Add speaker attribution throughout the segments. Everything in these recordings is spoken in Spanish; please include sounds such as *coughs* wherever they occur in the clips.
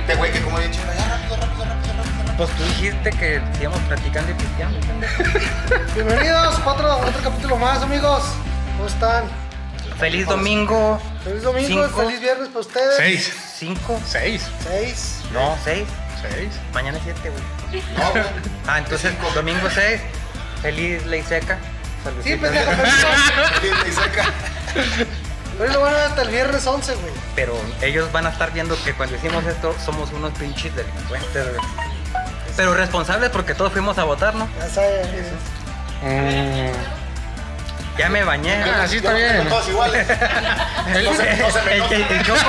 Speaker 1: Este güey que como bien chido, ya rápido, rápido, rápido, rápido. rápido.
Speaker 2: Pues tú dijiste que sigamos platicando y pisteando, pendejo.
Speaker 3: Bienvenidos, otro, otro capítulo más, amigos. ¿Cómo están?
Speaker 2: Feliz domingo
Speaker 3: Feliz domingo,
Speaker 2: Cinco.
Speaker 3: feliz viernes para ustedes.
Speaker 4: Seis.
Speaker 2: 5,
Speaker 4: Seis.
Speaker 3: Seis.
Speaker 4: No.
Speaker 2: 6,
Speaker 4: Seis.
Speaker 2: mañana 7, güey.
Speaker 1: No, güey.
Speaker 2: Ah, entonces
Speaker 1: Cinco.
Speaker 2: domingo 6, feliz ley seca.
Speaker 3: Sí, pues,
Speaker 2: Saludcita.
Speaker 3: pendejo, pero
Speaker 1: Sí, me saca.
Speaker 3: hoy lo van a ver hasta el viernes 11, güey.
Speaker 2: Pero ellos van a estar viendo que cuando hicimos esto somos unos pinches delincuentes, güey. Pero responsables porque todos fuimos a votar, ¿no?
Speaker 3: Ya saben. eh,
Speaker 2: Ya me bañé.
Speaker 4: Ah, sí, está
Speaker 1: Ya los tengo
Speaker 4: bien.
Speaker 1: Todos iguales. No se, no se me
Speaker 2: *laughs* El,
Speaker 1: nota.
Speaker 2: el- el choco,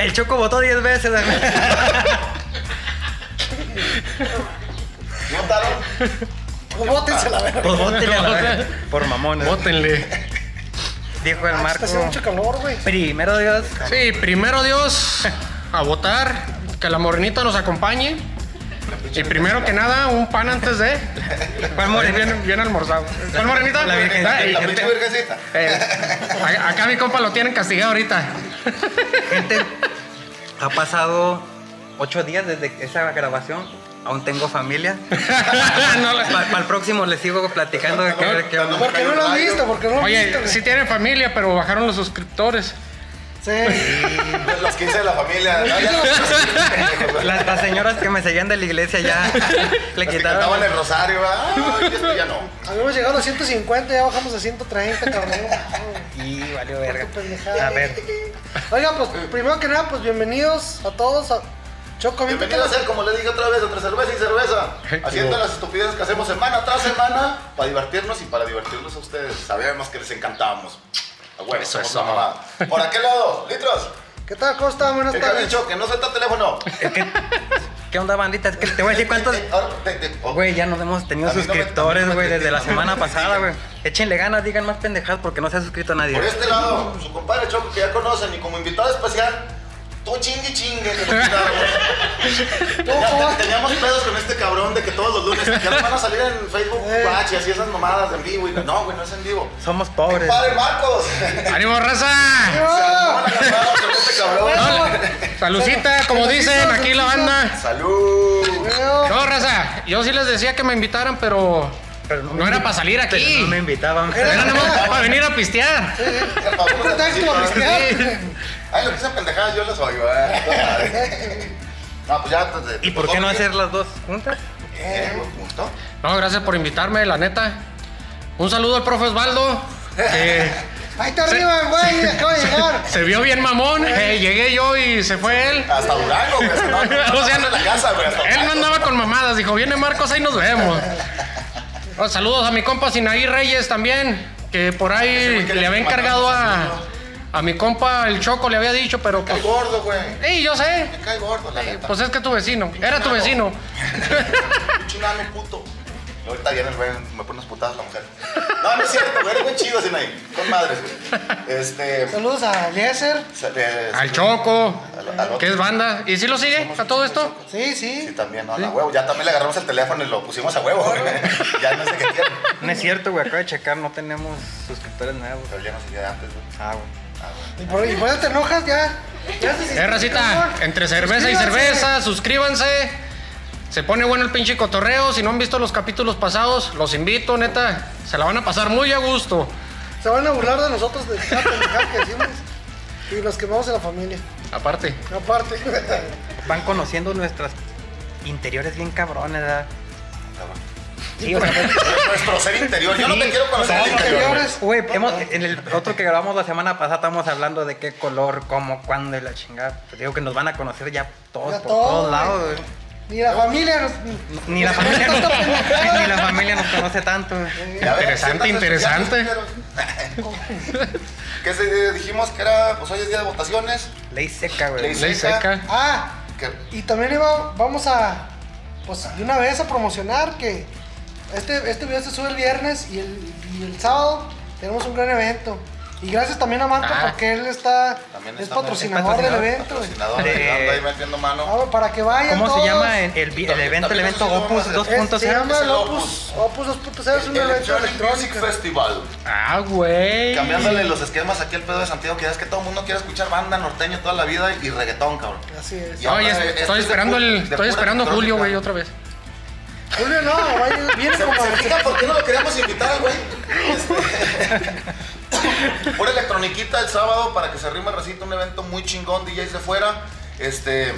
Speaker 2: el Choco votó 10 veces. güey.
Speaker 1: ¿Votaron?
Speaker 3: Pues Vótense la verga.
Speaker 2: Pues vótele a la verga, Por mamones.
Speaker 4: Vótenle.
Speaker 2: Dijo el
Speaker 3: Ah, Está
Speaker 2: Marco.
Speaker 3: haciendo mucho calor, güey.
Speaker 2: Primero Dios.
Speaker 4: Sí, primero Dios, a votar. Que la morenita nos acompañe. Y primero que nada, un pan antes de.
Speaker 2: ¿Cuál
Speaker 4: Ahí
Speaker 2: morenita?
Speaker 4: Bien, bien almorzado. ¿Cuál morenita?
Speaker 2: La virgen.
Speaker 4: Ah, y-
Speaker 1: La pinche virgencita.
Speaker 4: eh, a- acá mi compa lo tienen castigado ahorita. *laughs*
Speaker 1: *laughs*
Speaker 2: Gente, ha pasado ocho días desde esa grabación. Aún
Speaker 1: *laughs*
Speaker 2: tengo familia.
Speaker 1: Ah,
Speaker 4: No le-
Speaker 2: Para el próximo les sigo platicando de qué, qué onda.
Speaker 3: ¿Por qué no lo han visto? ¿Por qué no lo han visto,
Speaker 4: Oye,
Speaker 3: güey?
Speaker 4: sí tienen familia, pero bajaron los suscriptores.
Speaker 3: Sí.
Speaker 1: De Los 15 de la familia. No, ya los-
Speaker 2: Las, las señoras que me seguían de la iglesia
Speaker 1: *laughs*
Speaker 2: ya le
Speaker 1: Los que cantaban
Speaker 2: quitaron.
Speaker 1: el rosario, ¿verdad? Ay, esto ya no.
Speaker 3: Habíamos llegado a los 150, ya bajamos a 130, cabrón.
Speaker 2: Y valió
Speaker 1: Pues
Speaker 2: verga.
Speaker 3: Qué pendejada.
Speaker 2: A ver,
Speaker 3: Oiga, pues primero que nada, pues bienvenidos a todos. A... Choco, aviéntate
Speaker 1: Bienvenido a
Speaker 3: la-
Speaker 1: ser, como le dije otra vez, entre cerveza y cerveza. Haciendo las estupideces que hacemos semana tras semana para divertirnos y para divertirnos a ustedes. Sabíamos que les encantábamos. A huevo,
Speaker 4: Eso,
Speaker 1: somos
Speaker 4: eso.
Speaker 1: la mamada. ¿Por aquel lado? ¿Litros?
Speaker 3: ¿Qué tal? ¿Cómo están? Buenas
Speaker 1: ¿Qué te ha
Speaker 3: tardes.
Speaker 1: dicho? Que no suelta el teléfono. Eh,
Speaker 2: es que- ¿qué onda, bandita? Es que te voy a decir Pues, cuántos.
Speaker 1: oh,
Speaker 2: Güey, ya nos hemos tenido
Speaker 1: A mí no me- a
Speaker 2: suscriptores,
Speaker 1: mí no me
Speaker 2: güey, desde la
Speaker 1: critican, a mí no *laughs*
Speaker 2: semana
Speaker 1: me
Speaker 2: pasada, güey.
Speaker 1: critican.
Speaker 2: Échenle ganas, digan más pendejadas porque no se ha suscrito nadie.
Speaker 1: Por este lado, su compadre Choco, que ya conocen, y como invitado especial, tú chingue chingue. que nos invitaron. Ya, te- Teníamos pedos con este cabrón de que todos los lunes ya no van a salir en Facebook
Speaker 3: Eh.
Speaker 1: Watch y así esas mamadas en vivo. Y no, no, güey, no es en vivo.
Speaker 2: Somos pobres.
Speaker 1: Compadre Marcos.
Speaker 4: ¡Ánimo, raza!
Speaker 3: ¡Ah!
Speaker 1: Hola, cabrón, con este cabrón.
Speaker 4: Salucita, como dicen aquí la banda.
Speaker 1: Salud.
Speaker 3: Veo.
Speaker 4: No, raza, yo sí les decía que me invitaran, pero
Speaker 2: Pero no me
Speaker 4: no era
Speaker 2: invi-
Speaker 4: para salir
Speaker 2: pero
Speaker 4: aquí.
Speaker 2: no me invitaban. *laughs*
Speaker 4: Era nomás para venir a pistear.
Speaker 3: Contacto, amistad.
Speaker 1: Ay, lo que dicen pendejadas yo las oigo. eh. No, pues ya. pues,
Speaker 2: ¿Y por qué no hacer las dos juntas?
Speaker 1: Eh, buen punto.
Speaker 4: No, gracias por invitarme, la neta. Un saludo al profe Osvaldo. que
Speaker 3: Ahí está arriba, güey, acaba de llegar.
Speaker 4: se vio bien mamón. eh, llegué yo y se fue él. *laughs*
Speaker 1: Hasta Durango, güey. hasta- No,
Speaker 4: O sea,
Speaker 1: hasta la casa, güey. hasta
Speaker 4: Él no
Speaker 1: Durango.
Speaker 4: andaba con mamadas, dijo, viene Marcos, ahí nos
Speaker 1: *laughs*
Speaker 4: vemos. Bueno, saludos a mi compa Sinaí Reyes también, que por ahí
Speaker 1: güey que
Speaker 4: le
Speaker 1: le
Speaker 4: había
Speaker 1: mandamos
Speaker 4: encargado
Speaker 1: un
Speaker 4: a,
Speaker 1: saludo.
Speaker 4: a mi compa el Choco, le había dicho, pero
Speaker 1: Me cae
Speaker 4: pues...
Speaker 1: gordo, güey.
Speaker 4: ¡Ey, yo sé!
Speaker 1: Me cae gordo, la neta.
Speaker 4: Pues es que tu vecino, era tu
Speaker 1: Claro.
Speaker 4: vecino.
Speaker 1: Pinche enano, puto. Y ahorita viene el güey, me pone unas putadas la mujer. No, no es cierto, güey. Eres buen chido, Sinaí. Con madres, güey. Este.
Speaker 3: Saludos a Eliezer.
Speaker 1: sa- eh,
Speaker 4: Al Choco,
Speaker 1: Al- al otro.
Speaker 4: que es banda. ¿Y si lo sigue a todo esto?
Speaker 3: Sí,
Speaker 1: Sí,
Speaker 3: sí.
Speaker 1: también, no, la huevo. Ya también le agarramos el teléfono y lo pusimos a huevo. güey. *laughs* ya no sé qué tiene.
Speaker 2: No es cierto, güey, acabo de checar, no tenemos suscriptores nuevos.
Speaker 1: Pero ya no sé qué antes,
Speaker 3: *laughs*
Speaker 1: güey.
Speaker 2: Ah, güey.
Speaker 1: Ah, güey.
Speaker 3: Y por, y por eso te enojas ya. Ya se-
Speaker 4: Eh, racita, entre cerveza y
Speaker 3: Suscríbanse.
Speaker 4: cerveza, suscríbanse. Se pone bueno el pinche cotorreo. Si no han visto los capítulos pasados, los invito, neta. Se la van a pasar muy a gusto.
Speaker 3: Se van a burlar de nosotros de tanta pendejada que decimos. Y los quemamos en la familia.
Speaker 4: Aparte.
Speaker 3: Aparte.
Speaker 2: Van conociendo nuestras interiores bien cabrones, ¿verdad?
Speaker 1: Cabrón.
Speaker 2: Sí, o sea,
Speaker 1: Nuestro ser interior. Yo no te
Speaker 2: Sí,
Speaker 1: quiero conocer el
Speaker 3: somos
Speaker 1: interior. güey.
Speaker 3: interiores.
Speaker 2: Güey, hemos- en el otro que grabamos la semana pasada estamos hablando de qué color, cómo, cuándo y la chingada. Te digo que nos van a conocer ya todos
Speaker 3: Ya
Speaker 2: por
Speaker 3: todos,
Speaker 2: todos
Speaker 3: güey.
Speaker 2: lados. güey.
Speaker 3: Ni la familia nos.
Speaker 2: Ni
Speaker 3: *laughs*
Speaker 2: la familia nos, *laughs* ni la familia nos conoce tanto. güey.
Speaker 1: Ya ves,
Speaker 4: Interesante,
Speaker 1: siéntate,
Speaker 4: interesante.
Speaker 1: *laughs* ya, ¿Qué se- dijimos que era? Pues hoy es día de votaciones.
Speaker 2: Ley seca, güey.
Speaker 1: Ley
Speaker 4: Ley seca.
Speaker 3: Ah,
Speaker 1: Que
Speaker 3: Y también iba- vamos a, pues de una vez a promocionar que este, este video se sube el viernes y el, y el sábado tenemos un gran evento. Y gracias también a Manta
Speaker 4: Ah.
Speaker 3: porque él está,
Speaker 1: También
Speaker 3: es
Speaker 1: estamos-
Speaker 2: es
Speaker 3: patrocinador del
Speaker 2: patrocinador,
Speaker 3: evento. güey.
Speaker 1: Patrocinador,
Speaker 2: Eh,
Speaker 1: ayudando ahí metiendo mano.
Speaker 3: Ah, para que vayan
Speaker 2: ¿Cómo se
Speaker 3: todos.
Speaker 2: llama el, el vi- el
Speaker 1: También-
Speaker 2: evento? El
Speaker 1: también eso
Speaker 2: evento
Speaker 1: sí lo
Speaker 2: Opus
Speaker 1: vamos a hacer.
Speaker 3: Es- Se
Speaker 2: 2.0.
Speaker 3: llama el
Speaker 1: el
Speaker 3: Opus, Opus 2.0, es un evento
Speaker 1: Electronic Music
Speaker 3: electrónico.
Speaker 1: Festival.
Speaker 4: Ah, güey.
Speaker 1: Cambiándole los esquemas aquí al pedo de Santiago, que ya es que todo el mundo quiere escuchar banda norteño toda la vida y reggaetón, cabrón.
Speaker 3: Así es.
Speaker 1: Ya.
Speaker 4: Oye,
Speaker 1: Este es
Speaker 4: estoy
Speaker 1: de
Speaker 4: esperando
Speaker 1: pu-
Speaker 4: el,
Speaker 1: de
Speaker 4: estoy
Speaker 1: pura
Speaker 4: esperando a Julio,
Speaker 1: electrónica.
Speaker 4: güey, otra vez.
Speaker 3: Julio no, vaya, viene como
Speaker 1: ¿Se fijan por qué no lo queríamos invitar, güey? Por Este, electroniquita el sábado para que se arrime el recinto, un evento muy chingón, DJs de fuera, este,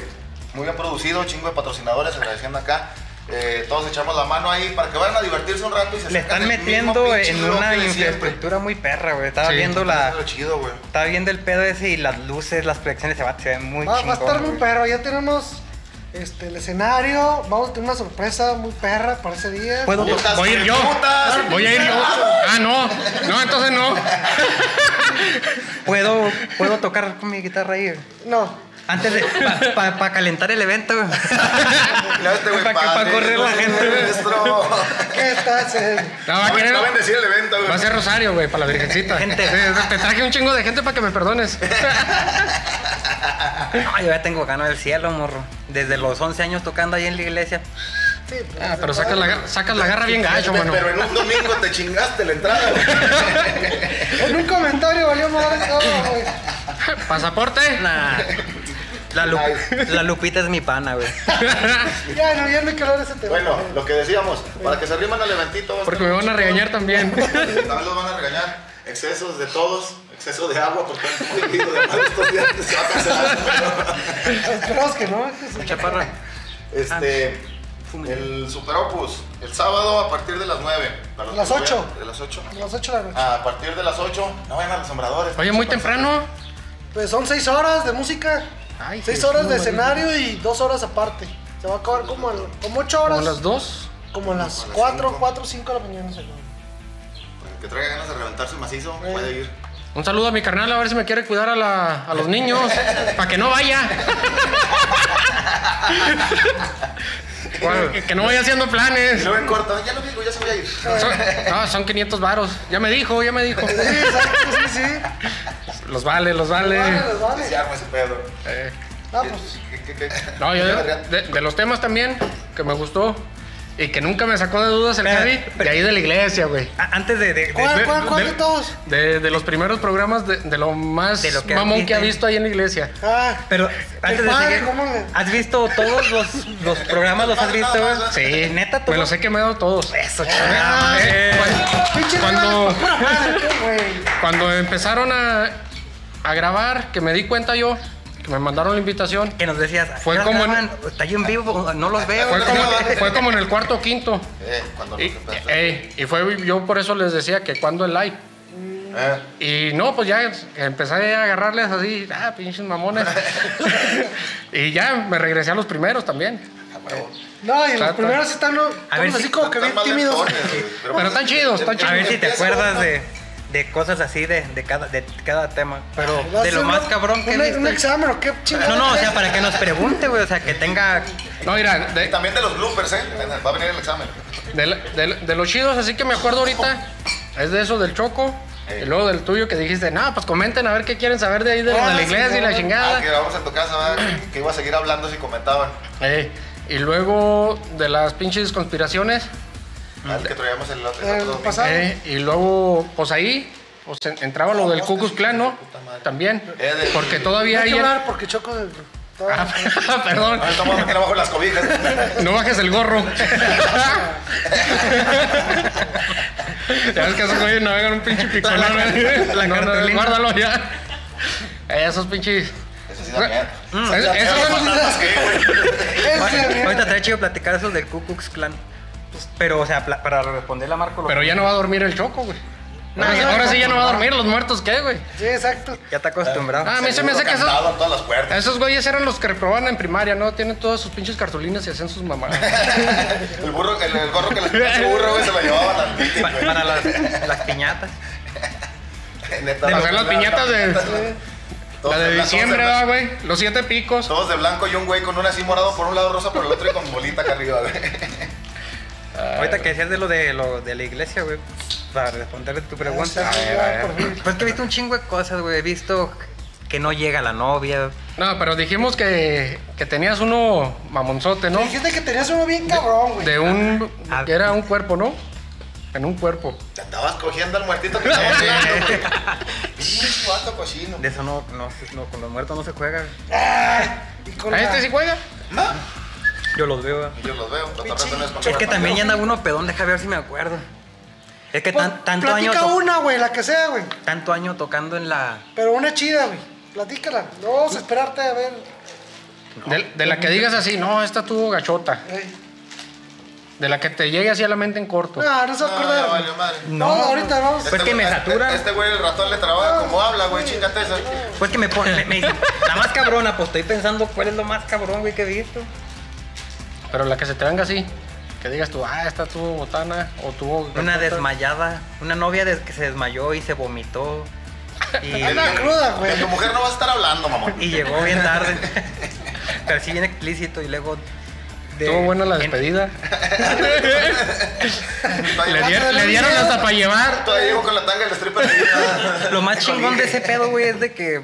Speaker 1: muy bien producido, chingo de patrocinadores, agradeciendo acá. Eh, todos echamos la mano ahí para que vayan a divertirse un rato y se
Speaker 2: Le
Speaker 1: sacan del
Speaker 2: están
Speaker 1: mismo
Speaker 2: metiendo
Speaker 1: pinche
Speaker 2: en
Speaker 1: bloque
Speaker 2: una
Speaker 1: de siempre.
Speaker 2: infraestructura muy perra, güey. Estaba
Speaker 4: Sí.
Speaker 2: viendo
Speaker 1: Está
Speaker 2: la...
Speaker 1: haciendo chido, güey.
Speaker 2: Estaba viendo el pedo ese y las luces, las proyecciones se, va, se ven muy
Speaker 3: Va, va a
Speaker 2: chingón,
Speaker 3: estar muy
Speaker 2: güey.
Speaker 3: perro, ya tenemos este, el escenario, vamos a tener una sorpresa muy perra para ese día.
Speaker 2: ¿Puedo?
Speaker 1: Putas,
Speaker 4: Voy a ir yo.
Speaker 1: putas.
Speaker 4: Voy a ir yo. Ah, no. No, entonces no.
Speaker 2: ¿Puedo, puedo tocar con mi guitarra ahí. güey?
Speaker 3: No,
Speaker 2: Antes de. Para calentar el evento, güey. *laughs*
Speaker 1: Mira este güey,
Speaker 2: Pa' que- pa'
Speaker 1: padre,
Speaker 2: correr la gente.
Speaker 1: maestro.
Speaker 3: ¿qué estás? eh?
Speaker 4: No, va a querer-
Speaker 1: No bendecir el evento, güey.
Speaker 4: Va a ser Rosario, güey, para la Virgencita.
Speaker 2: Gente.
Speaker 4: Sí, te traje un chingo de gente para que me perdones.
Speaker 2: No, yo ya tengo ganas del cielo, morro. Desde los 11 años tocando ahí en la iglesia.
Speaker 3: Sí, pues,
Speaker 4: Ah, pero sacas la, gar- sacas la garra bien gacho,
Speaker 1: Pe-
Speaker 4: mano.
Speaker 1: Pero en un domingo te chingaste la entrada, güey. *laughs*
Speaker 3: En un comentario valió madre todo, güey.
Speaker 4: ¿Pasaporte?
Speaker 2: Nah. La, Lu-
Speaker 1: Nice.
Speaker 2: la Lupita es mi pana, güey.
Speaker 3: Ya, no, ya no hay que hablar de ese tema.
Speaker 1: Bueno, lo que decíamos, para que se arriman al eventito. va a
Speaker 4: *laughs* Porque
Speaker 1: estar
Speaker 4: me van a
Speaker 1: chido.
Speaker 4: regañar
Speaker 1: *laughs*
Speaker 4: también.
Speaker 1: También los van a regañar. Excesos de todos, exceso de agua, porque han comido de mal estos días se va a cancelar.
Speaker 3: Esperamos que no. que sí.
Speaker 2: Chaparra.
Speaker 1: Este,
Speaker 3: Ah,
Speaker 2: Fume.
Speaker 1: el Super Opus, el sábado a partir de las 9. para los
Speaker 3: Las
Speaker 1: que lo vean,
Speaker 3: ocho.
Speaker 1: De las 8.
Speaker 3: A las 8 de la noche.
Speaker 1: A partir de las 8, no vayan a los sembradores.
Speaker 4: Oye, muy temprano.
Speaker 3: Pues son 6 horas de música,
Speaker 4: Ay,
Speaker 3: 6
Speaker 4: sí,
Speaker 3: horas
Speaker 4: no,
Speaker 3: de
Speaker 4: madre.
Speaker 3: escenario y 2 horas aparte. Se va a acabar como, al- como 8
Speaker 4: Como
Speaker 3: horas.
Speaker 4: a las dos.
Speaker 3: Como a las
Speaker 1: Como a las
Speaker 3: 4,
Speaker 1: cinco.
Speaker 3: 4, 5 de la mañana, según.
Speaker 1: Para Que traiga ganas de reventarse macizo,
Speaker 3: Eh.
Speaker 1: puede ir.
Speaker 4: Un saludo a mi carnal, a ver si me quiere cuidar a, la- a los niños. Para que no vaya. Que- que no vaya haciendo
Speaker 1: Y
Speaker 4: planes.
Speaker 1: luego en corto, ya lo digo, ya se voy a ir.
Speaker 4: Son, no, son 500 varos. Ya me dijo, ya me dijo.
Speaker 3: Sí, exacto, sí, sí.
Speaker 4: Los vale, los vale.
Speaker 3: Vale, les
Speaker 1: Que
Speaker 3: vale.
Speaker 1: Se arma ese pedo.
Speaker 4: Eh,
Speaker 3: Ah, pues,
Speaker 1: ¿Qué- qué- qué- qué?
Speaker 4: no, yo
Speaker 1: Ya,
Speaker 4: de,
Speaker 1: ya.
Speaker 4: de los temas también que me gustó y que nunca me sacó de dudas el Javi, de ahí de la iglesia, güey.
Speaker 2: A- Antes de. de- de-
Speaker 3: ¿Cuál, cuál, cuál de todos?
Speaker 4: De, de los primeros programas de, de lo más
Speaker 2: De lo que
Speaker 4: mamón
Speaker 2: viste.
Speaker 4: que ha visto ahí en la iglesia.
Speaker 3: Ah,
Speaker 2: pero antes de
Speaker 3: padre,
Speaker 2: seguir,
Speaker 3: ¿cómo le-
Speaker 2: ¿has visto todos los, los programas? ¿Los
Speaker 3: *laughs*
Speaker 2: has visto, güey?
Speaker 4: Sí,
Speaker 2: Neta, tú.
Speaker 4: Me los he quemado todos.
Speaker 2: Eso, chingada.
Speaker 4: Ah, eh, cuan-
Speaker 3: pinche
Speaker 4: cuando,
Speaker 3: regalos, pura madre, qué güey.
Speaker 4: cuando empezaron a, a grabar, que me di cuenta yo, que me mandaron la invitación,
Speaker 2: Que nos decías.
Speaker 4: Fue
Speaker 2: "Ya
Speaker 4: como en-
Speaker 2: graban, Está ahí en vivo, no los veo.
Speaker 4: fue
Speaker 1: no,
Speaker 4: como,
Speaker 1: no, no.
Speaker 4: fue como en el cuarto o quinto.
Speaker 1: Eh, cuando nos
Speaker 4: Y, eh,
Speaker 1: empezaste.
Speaker 4: ey, y fue yo por eso les decía que cuando el like.
Speaker 1: Eh.
Speaker 4: Y no, pues ya empecé a agarrarles así, ah, pinches mamones. *laughs* y ya me regresé a los primeros también.
Speaker 3: No, y los
Speaker 4: Trata.
Speaker 3: primeros sí están, ¿no?
Speaker 2: A ver si-
Speaker 3: Todos así como que bien
Speaker 1: Están
Speaker 3: tímidos. *laughs*
Speaker 1: valentones, güey,
Speaker 4: Pero están chidos, están
Speaker 2: A ver si te
Speaker 1: Empieza,
Speaker 2: acuerdas
Speaker 1: ¿no?
Speaker 2: de, de cosas así de, de, cada, de cada tema. Pero
Speaker 3: Va a
Speaker 2: de
Speaker 3: ser
Speaker 2: lo más
Speaker 3: una-
Speaker 2: cabrón que
Speaker 3: una-
Speaker 2: viste.
Speaker 3: ¿Un examen o qué chingada?
Speaker 2: No, no, o sea, para que nos pregunte, güey. O sea, que tenga.
Speaker 4: No, mira,
Speaker 1: Y
Speaker 4: de,
Speaker 1: También de los bloopers, ¿eh? Va a venir el examen.
Speaker 4: de la- de- de los chidos, así que me acuerdo ahorita, es de eso del Choco.
Speaker 1: Ey.
Speaker 4: Y luego del tuyo que dijiste, no, pues comenten a ver qué quieren saber de ahí de,
Speaker 3: Ah,
Speaker 4: de la
Speaker 3: sí,
Speaker 4: iglesia y la
Speaker 3: no.
Speaker 1: Ah,
Speaker 4: chingada.
Speaker 1: que vamos a tu casa, ¿verdad? que iba a seguir hablando si comentaban.
Speaker 4: Ey, Eh, y luego de las pinches conspiraciones. Mm.
Speaker 1: Ah, El que traíamos el otro.
Speaker 3: El
Speaker 1: el otro
Speaker 3: pasado.
Speaker 4: Ey, y luego, pues ahí, pues en- entraba lo del Cucus Clan, ¿no? También.
Speaker 1: Eh, de-
Speaker 4: Porque todavía
Speaker 3: No hay
Speaker 4: ahí...
Speaker 3: que hablar porque Choco... de-
Speaker 4: Ah, *laughs* perdón.
Speaker 1: domingo. Ah, estamos metiendo abajo las cobijas.
Speaker 4: No bajes el gorro. ya ves que esos güeyes navegan un pinche picolón.
Speaker 2: La- la-
Speaker 4: ¿eh?
Speaker 2: la
Speaker 4: No, no,
Speaker 2: cartulina.
Speaker 4: guárdalo ya. Eh, Esos pinches.
Speaker 1: Eso sí da miedo.
Speaker 4: Mm, es- es-
Speaker 1: Pero patatas, ¿qué, güey?
Speaker 3: Ese,
Speaker 2: Ahorita
Speaker 3: mira.
Speaker 2: te he hecho platicar eso del Ku Klux Klan. pues, Pero, o sea, pla- para responderle a Marco, lo-
Speaker 4: Pero ya no va a dormir el choco, güey.
Speaker 2: No,
Speaker 4: ahora
Speaker 2: ya no
Speaker 4: ahora sí ya no va a
Speaker 2: acostumbra.
Speaker 4: dormir. ¿Los muertos qué, güey?
Speaker 3: Sí, exacto.
Speaker 2: ya está acostumbrado.
Speaker 4: Ah, *laughs* a mí se me hace que esos,
Speaker 1: Candado en todas las puertas.
Speaker 4: esos güeyes eran los que reprobaban en primaria, ¿no? Tienen todas sus pinches cartulinas y hacían sus mamadas.
Speaker 2: *laughs*
Speaker 1: El burro, el, el gorro que les puso el burro, güey, se lo llevaban al meeting,
Speaker 2: Pa-
Speaker 1: güey.
Speaker 2: para las, las piñatas.
Speaker 1: *laughs* Neta,
Speaker 4: de
Speaker 1: la-
Speaker 4: hacer las piñatas de-
Speaker 1: Todos
Speaker 4: La de
Speaker 1: blan-
Speaker 4: diciembre,
Speaker 1: todos de-
Speaker 4: ¿verdad, güey. Los siete picos.
Speaker 1: Todos de blanco y un güey con un así morado por un lado, rosa por el otro y con bolita acá arriba, güey. Ah,
Speaker 2: Ahorita que decías de lo de, lo de la iglesia, güey. para responderte tu
Speaker 3: Ahí
Speaker 2: pregunta.
Speaker 3: está,
Speaker 1: A ver,
Speaker 3: ya,
Speaker 1: a ver.
Speaker 3: Ah, por fin.
Speaker 2: Pues que he visto un chingo de cosas, güey. He visto que no llega la novia.
Speaker 4: No, pero dijimos que, que tenías uno mamonzote, ¿no?
Speaker 3: Te dijiste que tenías uno bien cabrón, güey.
Speaker 4: De un.
Speaker 2: Ah.
Speaker 4: que era un cuerpo, ¿no? En un cuerpo.
Speaker 1: *laughs* Te andabas cogiendo al muertito que estaba hablando, güey. *laughs* Pinche vato cochino.
Speaker 2: De eso no, no, se- no, con los muertos no se juega.
Speaker 3: Y con
Speaker 4: ¿A
Speaker 3: la-
Speaker 4: este sí juega?
Speaker 1: No,
Speaker 2: Yo los veo. güey.
Speaker 1: yo los veo. Los
Speaker 3: Pinche-
Speaker 1: torretos no es con
Speaker 2: Es que
Speaker 1: torretas.
Speaker 2: también ya anda uno pedón, deja ver si me acuerdo. Es que
Speaker 3: Pues,
Speaker 2: tan- tanto, año
Speaker 3: platica
Speaker 2: to-
Speaker 3: una, güey, la que sea, güey.
Speaker 2: tanto año tocando en la...
Speaker 3: Pero una chida, güey. Platícala. No vamos a esperarte a ver.
Speaker 4: De, de la que digas así, no, esta tuvo gachota.
Speaker 3: eh.
Speaker 4: De la que te llegue así a la mente en corto.
Speaker 3: No, no se
Speaker 1: No, ya
Speaker 3: acuerda.
Speaker 1: valió madre.
Speaker 3: No, ahorita vamos.
Speaker 2: Pues que
Speaker 1: güey-
Speaker 2: me satura.
Speaker 1: Este, este güey, el ratón le trabaja como habla, güey. Chingate esa.
Speaker 2: Pues que me pone... me- me dice, la más cabrona, pues estoy pensando cuál es lo más cabrón, güey, que he visto.
Speaker 3: Pues
Speaker 4: Pero la que se te venga así. Que digas tú, ah, esta tuvo botana. O tuvo.
Speaker 2: Una
Speaker 4: gachota.
Speaker 2: desmayada, una novia des- que se desmayó y se vomitó.
Speaker 3: *laughs*
Speaker 2: Y,
Speaker 3: Anda cruda, güey.
Speaker 1: De tu mujer no vas a estar hablando,
Speaker 2: *laughs*
Speaker 1: mamón.
Speaker 2: y llegó bien
Speaker 4: *laughs*
Speaker 2: tarde. Pero sí bien explícito y luego... de-
Speaker 4: Estuvo buena la
Speaker 2: en-
Speaker 4: despedida. Le,
Speaker 1: Todavía-
Speaker 4: dier- le dieron hasta para llevar.
Speaker 1: Todavía llego con la tanga del *laughs* stripper.
Speaker 2: Lo
Speaker 4: *laughs*
Speaker 2: más chingón de ese pedo, güey, es de que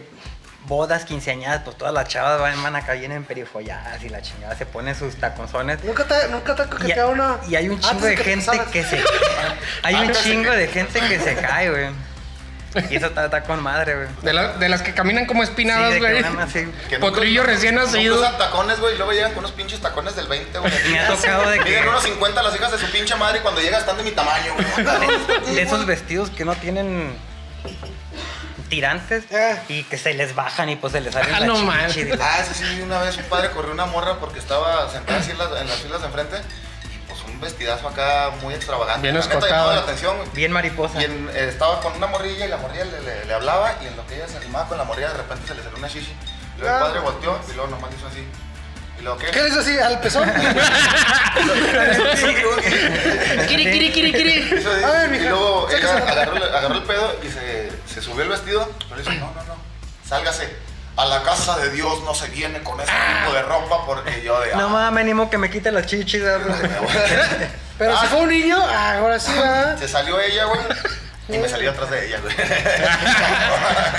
Speaker 2: bodas, quinceañadas, pues todas las chavas van, van acá bien emperifolladas y la chingada se pone sus taconzones.
Speaker 3: Nunca te, nunca te
Speaker 2: Y,
Speaker 3: coqueteado una.
Speaker 2: y hay un
Speaker 3: antes
Speaker 2: chingo de
Speaker 3: que te
Speaker 2: gente
Speaker 3: casaras.
Speaker 2: que se. Hay un chingo de gente que se cae, güey. Y eso está, está con madre, güey.
Speaker 4: De, la- de las que caminan como
Speaker 2: Sí,
Speaker 4: espinadas,
Speaker 2: de que
Speaker 4: güey.
Speaker 2: van así.
Speaker 1: Que no
Speaker 4: Potrillo
Speaker 1: cruzan-
Speaker 4: recién
Speaker 1: No
Speaker 4: nacido.
Speaker 1: usan tacones, güey, y luego llegan con unos pinches tacones del 20, güey.
Speaker 2: Me ha tocado de que.
Speaker 1: Miden unos 50 las hijas de su pinche madre y cuando llega están de mi tamaño, güey.
Speaker 2: *laughs* De esos vestidos que no tienen tirantes
Speaker 3: Eh.
Speaker 2: y que se les bajan y pues se les salen
Speaker 4: Ah,
Speaker 2: la
Speaker 4: no
Speaker 2: chinche y
Speaker 4: manches.
Speaker 1: Ah, eso sí, una vez un padre corrió una morra porque estaba sentada así en las, en las filas de enfrente y pues un vestidazo acá muy extravagante.
Speaker 4: Bien
Speaker 1: La neta,
Speaker 4: escotado.
Speaker 1: llamaba la atención, güey.
Speaker 2: Bien mariposa.
Speaker 1: Y en- eh, estaba con una morrilla y la morrilla le, le- le hablaba y en lo que ella se animaba con la morrilla de repente se le salió una shishi. Y Luego el
Speaker 3: Ah.
Speaker 1: padre volteó y luego nomás hizo así. Y luego, ¿qué?
Speaker 3: ¿Qué le hizo así?
Speaker 2: *laughs*
Speaker 3: ¿Al pezón?
Speaker 4: Kiri, kiri, kiri, kiri.
Speaker 1: Hizo así,
Speaker 3: A ver,
Speaker 1: y
Speaker 3: mija,
Speaker 1: luego ella
Speaker 3: sáquese.
Speaker 1: agarró, agarró el pedo y se, se subió el vestido. Pero le dijo, no, no, no, sálgase. A la casa de Dios no se viene con ese
Speaker 3: Ah.
Speaker 1: tipo de ropa porque yo de...
Speaker 2: No
Speaker 1: ah,
Speaker 2: mames, animo que me quite las chichis. güey.
Speaker 3: Pero si
Speaker 1: Ah.
Speaker 3: fue un niño, ah, ahora sí
Speaker 1: *laughs*
Speaker 3: va.
Speaker 1: Se salió ella, güey. Y me salió atrás de ella,
Speaker 3: *laughs*
Speaker 1: güey.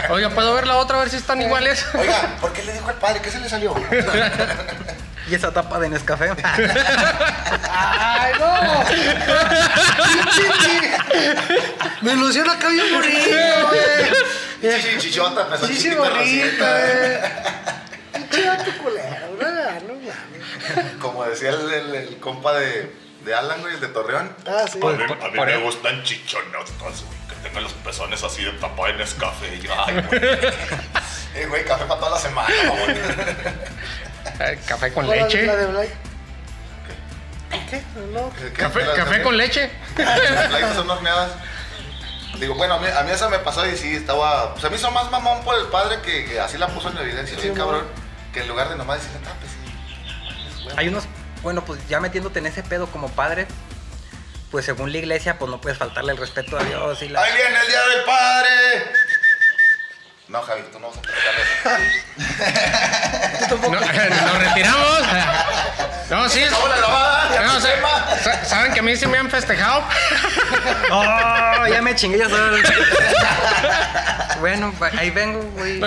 Speaker 4: Oiga, ¿puedo ver la otra a ver si están iguales?
Speaker 1: Oiga, ¿por qué le dijo al padre? ¿Qué se le
Speaker 3: *laughs*
Speaker 1: salió?
Speaker 2: Y esa tapa de Nescafé.
Speaker 3: ¡Ay, no! Me ilusiona acá bien bonito, güey.
Speaker 1: Sí, chichota, empezó
Speaker 3: Sí, eh. sí,
Speaker 1: chiquita,
Speaker 3: bonito,
Speaker 1: rosita.
Speaker 3: güey. Pinche vato culero, no, no mames.
Speaker 1: Como decía el, el- el compa de, de Alan, güey, el de Torreón.
Speaker 3: Ah, sí.
Speaker 2: Pues,
Speaker 5: A mí,
Speaker 2: por-
Speaker 5: a mí
Speaker 2: por
Speaker 5: me
Speaker 2: el-
Speaker 5: gustan chichonotas, güey. Que tengan los pezones así de tapa en escafe. Y, ay, güey.
Speaker 1: *laughs* Eh, güey, café para toda la semana,
Speaker 5: *laughs*
Speaker 1: mamón.
Speaker 4: Eh, Café con
Speaker 3: O la de-
Speaker 4: leche.
Speaker 3: la de Blay. ¿Qué? No.
Speaker 1: ¿Qué?
Speaker 4: Café,
Speaker 1: Las-
Speaker 4: café con leche.
Speaker 1: *laughs* Las playitas son horneadas. Digo, bueno, a mí, a mí esa me pasó y sí, estaba. Pues a mí hizo más mamón por el padre que, que así la puso en evidencia, bien
Speaker 3: Sí,
Speaker 1: cabrón. Que en lugar de nomás decirle, "Ah, pues sí.
Speaker 2: Hay unos, bueno, pues ya metiéndote en ese pedo como padre, pues según la iglesia, pues no puedes faltarle el respeto a Dios y la...
Speaker 1: ¡Ahí viene el día del padre! No, Javi, tú no vas a preguntarle eso.
Speaker 5: *laughs*
Speaker 4: No, *laughs* nos retiramos. No, sí. es-
Speaker 1: ¡Acabó la lavada! ¡Ya
Speaker 4: no,
Speaker 1: tu *laughs*
Speaker 4: sa-
Speaker 1: tema!
Speaker 4: sa- Saben que a mí sí me han festejado.
Speaker 2: *laughs* ¡Oh! Ya me chingué, ya solo. *laughs* bueno, va- ahí vengo, güey.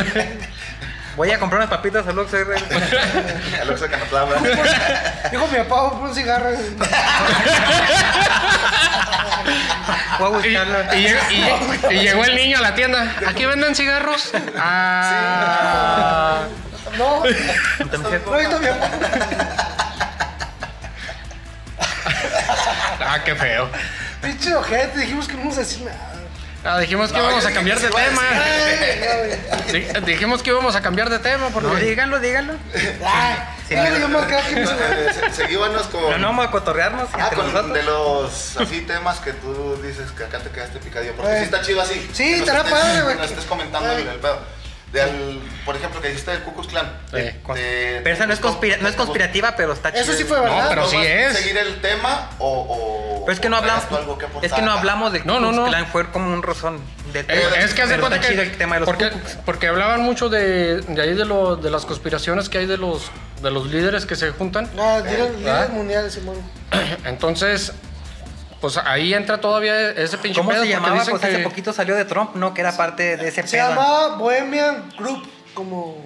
Speaker 2: Voy a comprar unas papitas al Oxxo. ahí regreso.
Speaker 1: El Oxxo de Canatlán, ¿verdad?
Speaker 3: Dijo mi papá, voy por un cigarro.
Speaker 2: Voy a
Speaker 4: Y, y *laughs*
Speaker 2: buscarlo. *laughs*
Speaker 4: llegó- y llegó- y llegó el niño a la tienda. ¿Aquí venden cigarros? Ah,
Speaker 3: No,
Speaker 2: Entonces,
Speaker 3: no he visto a mi papá.
Speaker 4: ah, qué feo.
Speaker 3: Pinche ojete, dijimos que no íbamos a decir nada.
Speaker 4: Ah, dijimos que
Speaker 1: No,
Speaker 4: íbamos
Speaker 1: yo
Speaker 4: a cambiar de
Speaker 1: dije que sí
Speaker 4: tema.
Speaker 1: iba a
Speaker 3: Ay, no, güey.
Speaker 4: Di- Dijimos que íbamos a cambiar de tema
Speaker 2: no,
Speaker 4: porque
Speaker 2: díganlo, díganlo. Sí,
Speaker 3: Ay,
Speaker 2: no.
Speaker 3: Ah, yo marcaba
Speaker 1: *laughs*
Speaker 3: que me
Speaker 1: Eh, se- Seguíbanos con.
Speaker 2: No, no, vamos a cotorrearnos
Speaker 1: Ah,
Speaker 2: entre
Speaker 1: con
Speaker 2: nosotros.
Speaker 1: de los así temas que tú dices que acá te quedaste picadillo. Porque
Speaker 3: Eh.
Speaker 1: sí está chido así.
Speaker 3: Sí,
Speaker 1: Que nos
Speaker 3: estará
Speaker 1: estés- *laughs*
Speaker 3: padre, güey.
Speaker 1: que nos estés comentando
Speaker 3: Eh.
Speaker 1: el, el pedo. Del, por ejemplo, que dijiste del Ku Klux Klan.
Speaker 4: Sí.
Speaker 1: De- de-
Speaker 2: Pero esa no es,
Speaker 1: te gustó-
Speaker 2: conspira- no es
Speaker 1: te gustó-
Speaker 2: conspirativa, pero está chido.
Speaker 3: Eso sí fue
Speaker 4: No,
Speaker 3: verdad.
Speaker 4: pero
Speaker 1: ¿Vas
Speaker 4: sí
Speaker 1: a
Speaker 4: es.
Speaker 1: seguir el tema o, o-
Speaker 2: Pero es que no
Speaker 1: o traes
Speaker 2: hablamos.
Speaker 1: tú algo que aportar
Speaker 2: Es que no
Speaker 1: acá?
Speaker 2: hablamos de
Speaker 4: No, no,
Speaker 2: Ku Klux
Speaker 4: no.
Speaker 2: Klan, fue como un rozón. del
Speaker 4: Eh,
Speaker 2: tema.
Speaker 4: es que hace
Speaker 2: Pero
Speaker 4: cuenta
Speaker 2: está
Speaker 4: que.
Speaker 2: chido el tema de los
Speaker 4: porque,
Speaker 2: Ku Klux.
Speaker 4: porque hablaban mucho de, de ahí de, lo- de las conspiraciones que hay de los, de los líderes que se juntan. *coughs*
Speaker 3: No, líderes
Speaker 4: ¿verdad?
Speaker 3: mundiales, Simón.
Speaker 4: Entonces, pues ahí entra todavía e-, ese pinche
Speaker 2: ¿Cómo
Speaker 4: pedo,
Speaker 2: se
Speaker 4: porque
Speaker 2: llamaba?
Speaker 4: dicen
Speaker 2: Pues hace
Speaker 4: que-
Speaker 2: poquito salió de Trump, ¿no? Que era parte de ese
Speaker 3: Se
Speaker 2: pedo.
Speaker 3: llamaba Bohemian Group, como...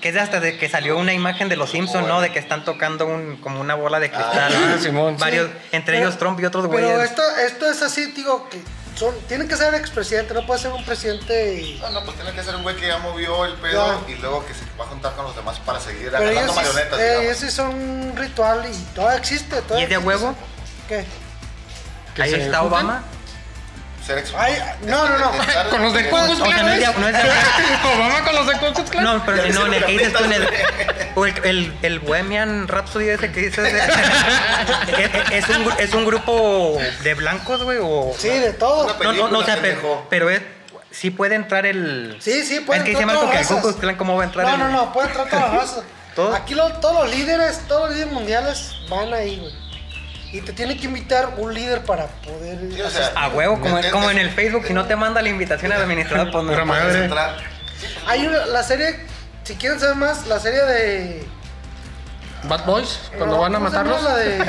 Speaker 2: Que es de hasta de que salió una imagen de los
Speaker 1: eh.
Speaker 2: Simpsons, ¿no? De que están tocando un, como una bola de cristal.
Speaker 4: Ah,
Speaker 2: ¿no?
Speaker 4: Simón.
Speaker 2: Varios,
Speaker 3: Sí.
Speaker 2: entre
Speaker 3: Pero-
Speaker 2: ellos Trump y otros
Speaker 3: Pero
Speaker 2: güeyes.
Speaker 3: esto, esto es así, digo, que son, tienen que ser expresidente, no puede ser un presidente y...
Speaker 1: No, no, pues tiene que ser un güey que ya movió el pedo
Speaker 3: Ya.
Speaker 1: y luego que se va a juntar con los demás para seguir
Speaker 3: Pero
Speaker 1: agarrando
Speaker 3: ellos sí,
Speaker 1: marionetas.
Speaker 3: eh,
Speaker 1: digamos.
Speaker 3: ellos sí son un ritual y todavía existe. Todavía
Speaker 2: ¿Y es de
Speaker 3: existe
Speaker 2: huevo?
Speaker 3: ese- ¿Qué?
Speaker 4: que
Speaker 2: Ahí
Speaker 4: se
Speaker 2: está
Speaker 4: junten.
Speaker 2: Obama.
Speaker 1: Ser ex-
Speaker 3: Ay, no, no, no.
Speaker 1: *laughs* estar-
Speaker 4: Con los de
Speaker 1: eh,
Speaker 4: Cuba.
Speaker 2: O sea, no es de- no
Speaker 4: *laughs*
Speaker 2: es de-
Speaker 4: Obama con los de Ku Klux Klan.
Speaker 2: No, pero
Speaker 1: Ya
Speaker 2: no, en el que dices tú, en el,
Speaker 1: hicieron
Speaker 2: o el, el- el Bohemian Rhapsody ese que dices. de- *laughs* es, un, gru- es un grupo de blancos, güey, o.
Speaker 3: Sí, de todo.
Speaker 1: Una pe-
Speaker 2: no, no, no, o sea,
Speaker 1: película,
Speaker 2: pero,
Speaker 1: pendejo.
Speaker 2: pero es, sí puede entrar el.
Speaker 3: Sí, sí, puede
Speaker 2: Es que dice
Speaker 3: entrar
Speaker 2: Marco
Speaker 3: todas
Speaker 2: que el
Speaker 3: esas.
Speaker 2: Ku Klux Klan, ¿cómo va a entrar
Speaker 3: No,
Speaker 2: el-
Speaker 3: no, no, puede entrar toda
Speaker 2: *laughs*
Speaker 3: la raza.
Speaker 2: Todo.
Speaker 3: Aquí lo- todos los líderes, todos los líderes mundiales van ahí, güey. Y te tiene que invitar un líder para poder...
Speaker 1: Sí, o sea,
Speaker 2: A huevo, como,
Speaker 1: es-
Speaker 2: como
Speaker 1: es-
Speaker 2: en el Facebook, si no te manda la invitación al administrador, pues
Speaker 4: Pura
Speaker 2: no.
Speaker 4: madre.
Speaker 1: puedes entrar. *laughs*
Speaker 3: Hay una, la serie, si quieren saber más, la serie de...
Speaker 4: Bad Boys, cuando
Speaker 3: no,
Speaker 4: van a
Speaker 3: ¿cómo se llama
Speaker 4: matarlos.
Speaker 3: La de,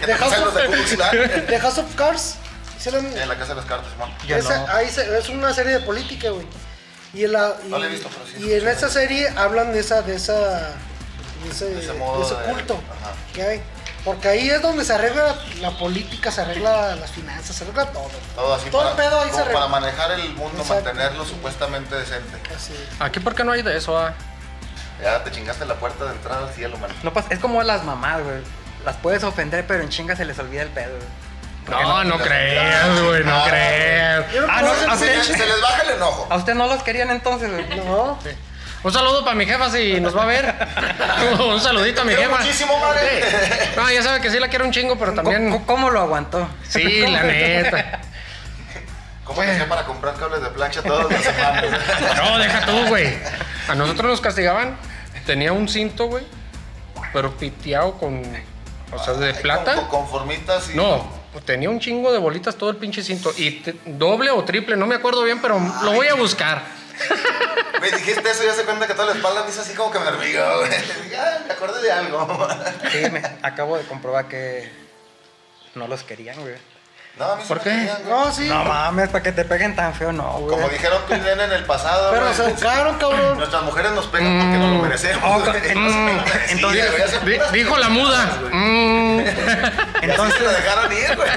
Speaker 1: Que
Speaker 3: de
Speaker 1: te
Speaker 3: House
Speaker 1: pasan los
Speaker 3: of,
Speaker 1: de Ku Klux Klan.
Speaker 3: de House of Cards. Hicieron,
Speaker 1: En la casa de las cartas, Simón.
Speaker 2: Yo
Speaker 3: esa-
Speaker 2: no.
Speaker 3: ahí se- es una serie de política, güey. Y en, la, y,
Speaker 1: No la he visto, pero sí
Speaker 3: y en esa serie hablan de esa, de esa, de ese,
Speaker 1: De ese modo
Speaker 3: de ese
Speaker 1: de-
Speaker 3: culto
Speaker 1: ajá.
Speaker 3: que hay. Porque ahí es donde se arregla la política, se arregla las finanzas, se arregla todo.
Speaker 1: Todo así.
Speaker 3: el pedo ahí
Speaker 1: como
Speaker 3: se arregla.
Speaker 1: Para manejar el mundo,
Speaker 3: Exacto.
Speaker 1: mantenerlo supuestamente decente.
Speaker 3: Así.
Speaker 4: Aquí, ¿por qué no hay de eso? ah?
Speaker 1: Ya te chingaste la puerta de entrada al cielo, man.
Speaker 2: No pasa- es como las mamás, güey. Las puedes ofender, pero en chinga se les olvida el pedo, güey.
Speaker 4: No, no creas, güey, no
Speaker 1: Ah,
Speaker 4: creas.
Speaker 3: Yo no
Speaker 2: Ah,
Speaker 3: puedo
Speaker 2: no,
Speaker 3: hacer-
Speaker 2: a
Speaker 1: Se,
Speaker 2: usted,
Speaker 1: le- se les baja el enojo.
Speaker 4: Ah,
Speaker 2: a usted no los querían entonces, güey.
Speaker 3: No.
Speaker 4: Un saludo para mi jefa si nos va a *laughs* ver. un saludito a mi
Speaker 1: Te quiero
Speaker 4: jefa.
Speaker 1: muchísimo, madre.
Speaker 4: Sí. No, ya sabe que sí la quiero un chingo, pero
Speaker 2: ¿Cómo,
Speaker 4: también.
Speaker 2: cómo- cómo lo aguantó?
Speaker 4: Sí, la neta.
Speaker 1: ¿Cómo te hacía para comprar cables de plancha todas las semanas?
Speaker 4: No, deja tú, güey. A nosotros nos castigaban. Tenía un cinto, güey, pero piteado con. O sea, *laughs* de
Speaker 1: Ay,
Speaker 4: plata.
Speaker 1: Con, con conformitas y.
Speaker 4: No, pues tenía un chingo de bolitas todo el pinche cinto. Y te- doble o triple, no me acuerdo bien, pero lo voy a buscar.
Speaker 1: Me dijiste eso y ya se cuenta que toda la espalda me hizo así como que me hormigó, güey. Dije, "Ah, me acordé de algo. *laughs*
Speaker 2: Sí, me acabo de comprobar que no los querían, güey.
Speaker 1: No, a mí sí
Speaker 4: ¿Por
Speaker 1: me
Speaker 4: qué?
Speaker 1: querían, güey.
Speaker 3: No, sí.
Speaker 2: No mames, para que te peguen tan feo, no, güey.
Speaker 1: Como dijeron tú y Nene en el pasado.
Speaker 3: pero
Speaker 1: güey,
Speaker 3: se educaron, cabrón.
Speaker 1: Nuestras mujeres nos pegan porque no lo merecemos.
Speaker 2: Oh,
Speaker 1: *laughs* güey.
Speaker 2: ca-
Speaker 1: No se
Speaker 2: mm,
Speaker 1: pegan merecidas,
Speaker 2: entonces-
Speaker 1: güey, hacen
Speaker 4: Di-
Speaker 1: puras
Speaker 4: dijo la
Speaker 1: pendejadas,
Speaker 4: muda.
Speaker 1: güey.
Speaker 4: Mm. *laughs*
Speaker 1: Y así se la
Speaker 2: Entonces,
Speaker 1: dejaron ir, güey.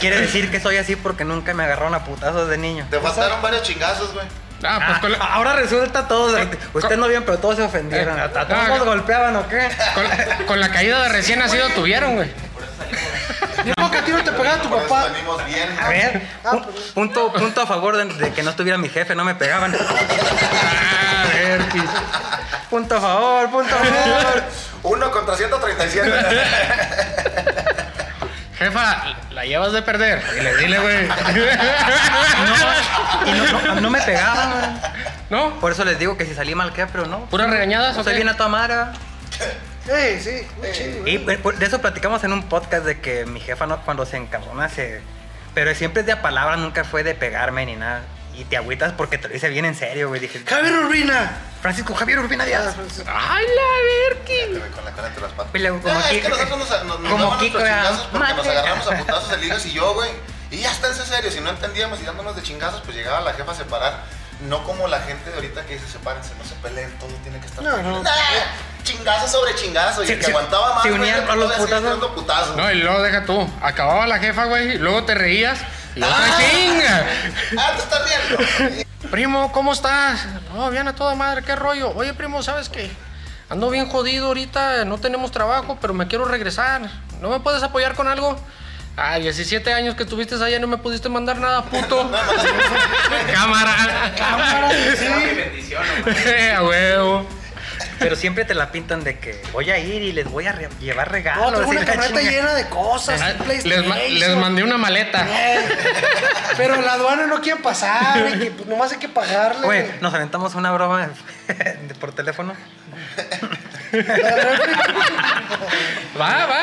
Speaker 2: quiere decir que soy así porque nunca me agarraron a putazos de niño.
Speaker 1: Te faltaron varios chingazos, güey.
Speaker 4: Ah, pues
Speaker 2: Ah,
Speaker 4: con la,
Speaker 2: ahora resulta todos. Ustedes no vieron, pero todos se ofendieron.
Speaker 4: Eh,
Speaker 2: ¿A a todos
Speaker 4: ah,
Speaker 2: los golpeaban o qué?
Speaker 4: con- con la caída de recién nacido tuvieron, güey.
Speaker 3: Yo creo que a ti no te pegaba tu
Speaker 1: Por eso
Speaker 3: papá.
Speaker 1: venimos bien.
Speaker 2: A ver,
Speaker 3: Ah,
Speaker 2: pu- punto, punto a favor de, de que no estuviera mi jefe, no me
Speaker 3: *laughs*
Speaker 2: pegaban.
Speaker 4: Ah, A ver, pinche.
Speaker 2: Punto a favor, punto
Speaker 1: *laughs*
Speaker 2: a favor.
Speaker 1: Uno contra 137.
Speaker 4: Jefa, la llevas de perder. Dile, dile, güey. *laughs*
Speaker 2: No, y no, no- no me pegaban, güey.
Speaker 4: ¿No?
Speaker 2: Por eso les digo que si salí mal, ¿qué? Pero no.
Speaker 4: ¿Puras regañadas o
Speaker 2: Estoy
Speaker 4: qué?
Speaker 2: bien a tu madre. ¿verdad?
Speaker 3: Sí, sí, muy chido.
Speaker 2: Y pues, por- de eso platicamos en un podcast de que mi jefa no cuando se encabrona se... Pero siempre es de a palabra, nunca fue de pegarme ni nada. Y te agüitas porque te lo hice bien en serio, güey. Dije,
Speaker 3: Javier Urbina.
Speaker 2: Francisco Javier Urbina
Speaker 3: Ah,
Speaker 2: Díaz.
Speaker 3: pues,
Speaker 4: Ay, la verki.
Speaker 1: Con la cara entre las patas.
Speaker 2: Y luego como
Speaker 1: Ah, es
Speaker 2: Kiko,
Speaker 1: que nosotros nos, nos, nos
Speaker 2: como
Speaker 1: daban
Speaker 2: Kiko,
Speaker 1: nuestros
Speaker 2: ya.
Speaker 1: chingazos porque nos
Speaker 2: Mate.
Speaker 1: agarramos a putazos el ligas y yo, güey. Y ya está en serio, si no entendíamos y dándonos de chingazos, pues llegaba la jefa a separar. No como la gente de ahorita que dice, sepárense, no se peleen, todo tiene que estar...
Speaker 3: No, no.
Speaker 1: Nah, chingazo sobre chingazo, y
Speaker 2: Sí,
Speaker 1: el que
Speaker 2: sí.
Speaker 1: aguantaba más,
Speaker 2: Se
Speaker 1: güey,
Speaker 2: unían
Speaker 1: el que
Speaker 2: a los
Speaker 1: todavía seguía
Speaker 2: putazos.
Speaker 1: dando putazos.
Speaker 4: No, y luego deja tú. Acababa la jefa, güey, y luego te reías. Y otra
Speaker 1: Ah.
Speaker 4: chinga.
Speaker 1: Ah, te estás riendo.
Speaker 4: Primo, ¿cómo estás? No, bien a toda madre, qué rollo. Oye, primo, ¿sabes qué? Ando bien jodido ahorita, no tenemos trabajo, pero me quiero regresar. ¿No me puedes apoyar con algo? Ah, 17 años que estuviste allá no me pudiste mandar nada, puto. *laughs* Cámara. *laughs* Cámara. A huevo.
Speaker 2: Pero siempre te la pintan de que voy a ir y les voy a re- llevar regalos.
Speaker 3: No, tengo
Speaker 2: y
Speaker 3: una
Speaker 2: la
Speaker 3: camioneta
Speaker 2: chinga.
Speaker 3: llena de cosas.
Speaker 4: Ah,
Speaker 3: un
Speaker 4: Les, ma-
Speaker 3: PlayStation.
Speaker 4: les mandé una maleta.
Speaker 3: Pero la aduana no quiere pasar, güey, que pues, nomás hay que pagarle.
Speaker 2: Güey,
Speaker 3: güey.
Speaker 2: nos aventamos una broma *laughs* de- por teléfono.
Speaker 4: Va, va.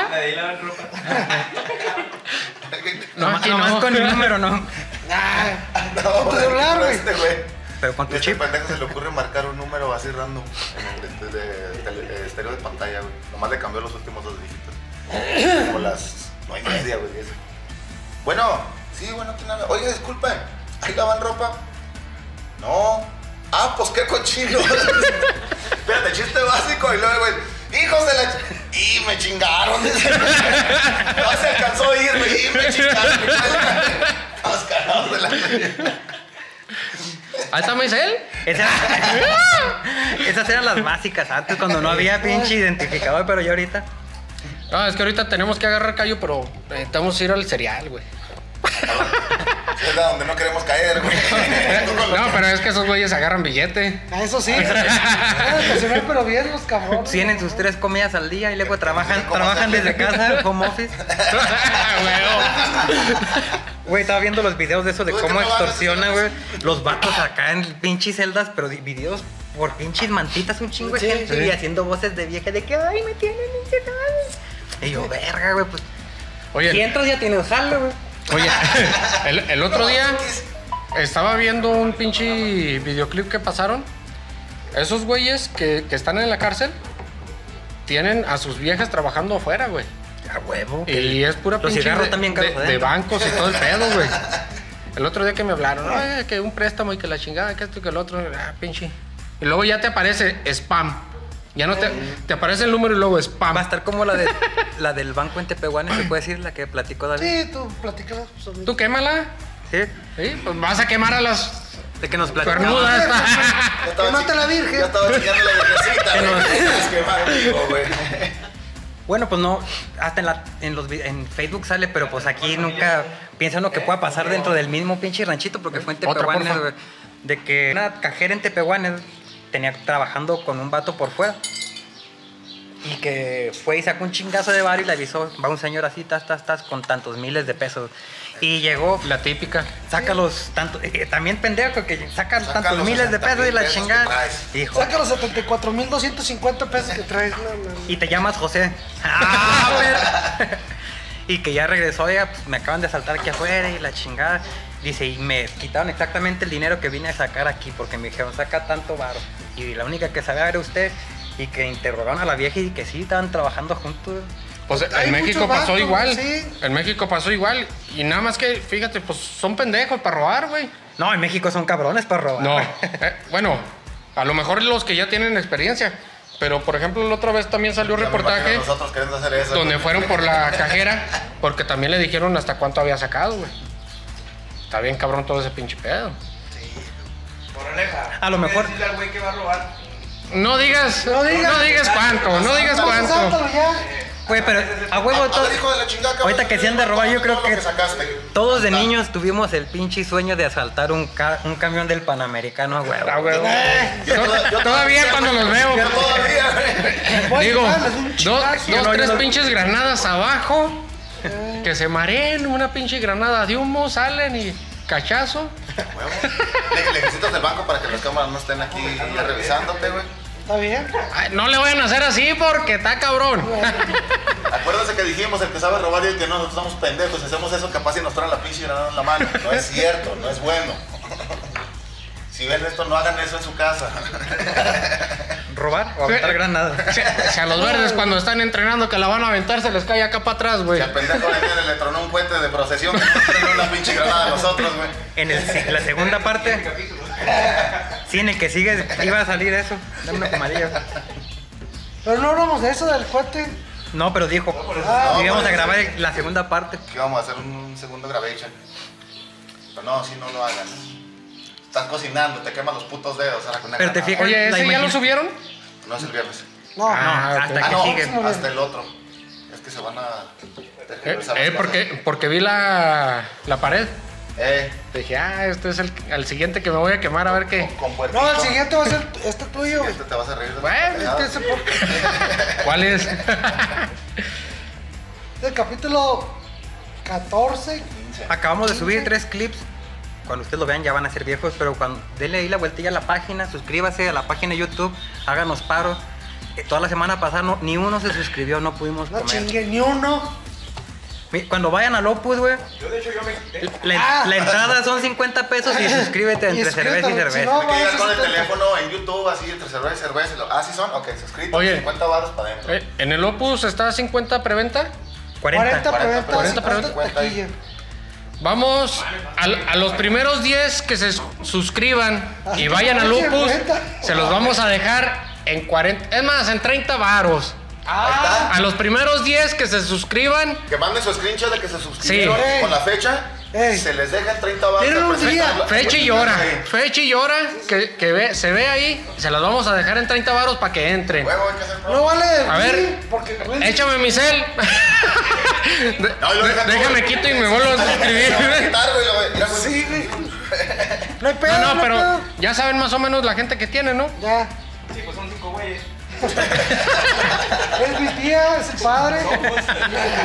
Speaker 4: No,
Speaker 2: nomás,
Speaker 4: aquí
Speaker 2: nomás
Speaker 4: no.
Speaker 2: con mi número, no.
Speaker 3: Ah,
Speaker 1: *laughs* No,
Speaker 3: tu celular, güey.
Speaker 1: Este güey.
Speaker 2: Pero con tu
Speaker 1: este
Speaker 2: chip.
Speaker 1: pendejo se le ocurre marcar un número así random en el este, de, tele- eh, estéreo de pantalla, güey. Nomás le cambió los últimos dos dígitos. Como las no hay media, güey. eso. Bueno, sí, bueno, tiene nada. Oiga, disculpen, ¿ahí lavan ropa? No. Ah, pues qué cochino. *laughs* Espérate, chiste básico y luego, güey. Hijos de la. ch- Y me chingaron. *laughs* no se alcanzó a irme y me chingaron. *laughs* Los carajos de la.
Speaker 4: Ahí está Maisel.
Speaker 2: Esa- *laughs* esas eran las básicas antes, cuando no había pinche identificador, pero ya ahorita.
Speaker 4: No, es que ahorita tenemos que agarrar callo, pero necesitamos ir al cereal, güey.
Speaker 1: Es la donde no queremos caer,
Speaker 4: *laughs*
Speaker 1: güey.
Speaker 4: No, pero es que esos güeyes agarran billete.
Speaker 3: Ah, eso sí. Van a estacionar, pero bien los cabrones.
Speaker 2: Tienen sus tres comidas al día y luego trabajan,
Speaker 1: ¿Cómo
Speaker 2: trabajan
Speaker 1: hacer?
Speaker 2: desde casa, home office.
Speaker 4: *laughs*
Speaker 2: Güey, estaba viendo los videos de eso de
Speaker 1: Tú de
Speaker 2: cómo
Speaker 1: que no bajas,
Speaker 2: extorsiona,
Speaker 1: sí,
Speaker 2: güey. Los vatos acá en pinches celdas, pero di- videos por pinches mantitas, un chingo de
Speaker 3: Sí,
Speaker 2: gente.
Speaker 3: sí.
Speaker 2: Y haciendo voces de vieja de que, ay, me tienen encerrado. Y yo, verga, güey, pues.
Speaker 4: Oye,
Speaker 2: Si entras ya tienes jalo, güey.
Speaker 4: Oye, el, el otro día estaba viendo un pinche videoclip que pasaron. Esos güeyes que, que están en la cárcel tienen a sus viejas trabajando afuera, güey.
Speaker 2: A huevo.
Speaker 4: Y es pura
Speaker 2: Los
Speaker 4: pinche
Speaker 2: cigarros
Speaker 4: de,
Speaker 2: también
Speaker 4: de,
Speaker 2: caros ¿eh?
Speaker 4: de
Speaker 2: adentro.
Speaker 4: bancos y todo el pedo,
Speaker 2: *laughs*
Speaker 4: güey. El otro día que me hablaron, "Ay, que un préstamo y que la chingada, que esto y que el otro, ah, pinche. Y luego ya te aparece spam. Ya no te, te aparece el número y luego spam.
Speaker 2: Va a estar como la, de, la del banco en Tepehuanes, se puede decir, la que platicó David.
Speaker 3: Sí, tú platicas. pues, amigo.
Speaker 4: Tú quémala.
Speaker 2: Sí.
Speaker 4: Sí, pues vas a quemar a las
Speaker 2: De que nos platicó.
Speaker 4: cuernudas.
Speaker 1: Ya estaba
Speaker 3: Que mate a la
Speaker 1: chi-
Speaker 3: Virgen.
Speaker 1: Ya estaba chingando la virgencita,
Speaker 2: Que
Speaker 1: güey. *laughs*
Speaker 2: nos-
Speaker 1: Es que mal, digo, güey.
Speaker 2: Bueno, pues no, hasta en, la, en, los, vi- en Facebook sale, pero pues aquí nunca piensan lo que pueda pasar dentro del mismo pinche ranchito, porque fue en
Speaker 4: Eh, Otra,
Speaker 2: Tepehuanes,
Speaker 4: porfa.
Speaker 2: güey, de que una cajera en Tepehuanes tenía trabajando con un vato por fuera. Y que fue y sacó un chingazo de bar y le avisó, va un señor así, tas, tas, tas, con tantos miles de pesos. Y llegó,
Speaker 4: La típica.
Speaker 2: saca los tantos, eh, también pendejo, que saca,
Speaker 1: Saca
Speaker 2: tantos
Speaker 1: los
Speaker 2: miles de
Speaker 1: 60
Speaker 2: pesos y la
Speaker 1: pesos que
Speaker 2: chingada.
Speaker 1: traes.
Speaker 2: Dijo,
Speaker 3: Saca los 74.250 pesos que traes. No, no, no.
Speaker 2: y te llamas
Speaker 4: *laughs*
Speaker 2: José. ¡Ah, pero- *laughs* y que ya regresó, oiga, pues, me acaban de asaltar aquí afuera y la chingada. Dice, y me quitaron exactamente el dinero que vine a sacar aquí porque me dijeron, saca tanto varo. Y la única que sabía era usted. Y que interrogaron a la vieja y que sí, estaban trabajando juntos.
Speaker 4: *laughs* Pues
Speaker 3: Hay
Speaker 4: en México
Speaker 3: muchos
Speaker 4: pasó
Speaker 3: vatos,
Speaker 4: igual.
Speaker 3: sí.
Speaker 4: En México pasó igual. Y nada más que, fíjate, pues son pendejos para robar, güey.
Speaker 2: No, en México son cabrones para robar.
Speaker 4: No. eh, bueno, a lo mejor los que ya tienen experiencia. Pero, por ejemplo, la otra vez también salió un
Speaker 1: Ya me imagino
Speaker 4: reportaje
Speaker 1: Nosotros queremos hacer eso. Ah,
Speaker 4: donde fueron por la
Speaker 1: *laughs*
Speaker 4: cajera porque también le dijeron hasta cuánto había sacado, güey. Está bien cabrón todo ese pinche pedo.
Speaker 2: A lo mejor.
Speaker 4: No digas, no
Speaker 3: No
Speaker 4: digas,
Speaker 3: digas.
Speaker 4: cuánto, no digas
Speaker 3: Vamos,
Speaker 4: cuánto.
Speaker 3: sáltalo Pues, ya.
Speaker 2: Güey, pero a huevo
Speaker 1: A
Speaker 2: todo.
Speaker 1: ver, ah, hijo de la chingada, cabrón,
Speaker 2: Ahorita que se han de robar, yo creo
Speaker 1: todo lo
Speaker 2: que-
Speaker 1: sacaste.
Speaker 2: Todos de
Speaker 1: Está.
Speaker 2: niños tuvimos el pinche sueño de asaltar un, ca- un camión del Panamericano, güey.
Speaker 4: Ah, güey.
Speaker 3: Eh,
Speaker 1: Yo toda- yo
Speaker 4: Todavía cuando los veo.
Speaker 1: Yo todavía, güey. *laughs*
Speaker 3: Voy a
Speaker 4: Digo,
Speaker 3: llevarles un
Speaker 4: dos,
Speaker 3: chingazo.
Speaker 4: dos,
Speaker 2: No, yo
Speaker 4: tres
Speaker 2: no-
Speaker 4: pinches granadas abajo. Que se mareen, una pinche granada de humo, salen y cachazo.
Speaker 1: Huevo. Le, le quitas del banco para que las cámaras no estén aquí ya revisándote, güey.
Speaker 3: Está bien.
Speaker 4: Ay, no le vayan a hacer así porque está
Speaker 3: *laughs*
Speaker 4: cabrón.
Speaker 1: Acuérdense que dijimos el que sabe robar y el que no, nosotros somos pendejos. Si hacemos eso, capaz si nos traen la pinche granada en la mano. No es cierto, no es bueno. Si ven esto, no hagan eso en su casa.
Speaker 2: ¿Robar o aventar granadas?
Speaker 4: Si, si a los verdes cuando están entrenando que la van a aventar se les cae acá para atrás,
Speaker 1: Si
Speaker 4: güey.
Speaker 1: al pendejo de Nene le tronó un puente de procesión, que no tronó una pinche granada a nosotros, güey.
Speaker 2: En el si- la segunda parte. Sí, en el que sigue iba a salir eso. Dame una pomadilla.
Speaker 3: Pero no hablamos de eso del cuate.
Speaker 2: No, pero dijo.
Speaker 3: Ah,
Speaker 1: eso.
Speaker 2: íbamos a grabar el- la segunda parte.
Speaker 1: Que vamos a hacer un, un segundo gravation. Pero no, si no lo hagan. Estás cocinando, te queman los putos dedos. Ahora con una
Speaker 2: Pero te
Speaker 1: granada.
Speaker 2: fijas-
Speaker 4: Oye,
Speaker 2: La
Speaker 4: ¿ese ya
Speaker 2: imagina-
Speaker 4: lo subieron?
Speaker 1: No es el viernes.
Speaker 3: No,
Speaker 2: No,
Speaker 4: Ah, ok.
Speaker 2: hasta
Speaker 1: Ah,
Speaker 2: que
Speaker 1: no,
Speaker 2: sigue.
Speaker 1: hasta el otro. Es que se van a.
Speaker 4: Eh, eh, porque, porque vi la, la pared.
Speaker 1: Eh,
Speaker 4: Dije, ah, este es el, el siguiente que me voy a quemar, a ver qué.
Speaker 1: con puertito.
Speaker 3: no, el siguiente va a ser este tuyo. güey.
Speaker 1: Este te vas a reír de
Speaker 4: Bueno,
Speaker 1: las
Speaker 3: Este
Speaker 1: pendejadas.
Speaker 3: es el, po-
Speaker 4: ¿Cuál es? *laughs*
Speaker 3: el capítulo 14.
Speaker 2: Acabamos de subir tres clips. Cuando ustedes lo vean ya van a ser viejos, pero cuando denle ahí la vueltilla a la página, suscríbase a la página de YouTube, háganos paro. Eh, Toda la semana pasada no- ni uno se suscribió, no pudimos
Speaker 3: No
Speaker 2: comer.
Speaker 3: chingue ni uno.
Speaker 2: Mi- Cuando vayan al Opus, güey. Yo, de hecho, yo me. La,
Speaker 3: Ah.
Speaker 2: la entrada son 50 pesos
Speaker 3: *laughs*
Speaker 2: y suscríbete
Speaker 3: Y
Speaker 2: entre cerveza y
Speaker 3: suscríbete, si
Speaker 2: cerveza.
Speaker 3: no-
Speaker 1: Hay que llegar
Speaker 3: eso
Speaker 1: con
Speaker 3: sí
Speaker 1: el
Speaker 3: está-
Speaker 1: teléfono en YouTube, así entre cerveza y cerveza. y lo- Ah, sí son. Ok, suscrito.
Speaker 4: Oye.
Speaker 1: 50 baros para adentro.
Speaker 4: Eh, En el Opus está 50 preventa.
Speaker 2: 40.
Speaker 3: 40
Speaker 1: 40
Speaker 3: preventas,
Speaker 1: 40
Speaker 3: 50
Speaker 1: preventas.
Speaker 3: taquilla.
Speaker 4: Vamos a, a los primeros 10 que se su- suscriban y vayan a Lupus, se los vamos a dejar en 40, es más, en 30 varos.
Speaker 1: Ahí
Speaker 4: A los primeros 10 que se suscriban,
Speaker 1: está. Que manden su screenshot de que se suscribieron
Speaker 3: Sí.
Speaker 1: con la fecha.
Speaker 3: Ey.
Speaker 1: Se les deja en 30 barras.
Speaker 3: Tienen un día.
Speaker 4: fecha y hora, fecha y hora, que, que ve- se ve ahí, se los vamos a dejar en 30 varos para que entren.
Speaker 1: Huevo, hay que hacer
Speaker 3: No vale.
Speaker 4: A ver,
Speaker 3: sí, porque güey,
Speaker 4: Échame mi cel. *laughs* De-
Speaker 1: No, y luego deja tú.
Speaker 4: déjame quito y me vuelvo
Speaker 1: *laughs*
Speaker 4: a
Speaker 1: Lo
Speaker 4: suscribir.
Speaker 1: quitar, güey, lo- mira, güey.
Speaker 3: Sí, güey. No hay pedo.
Speaker 4: No, no, pero
Speaker 3: hay pedo.
Speaker 4: ya saben más o menos la gente que tiene, ¿no?
Speaker 3: Ya. Sí, pues son cinco güeyes. es mi tía, es el padre.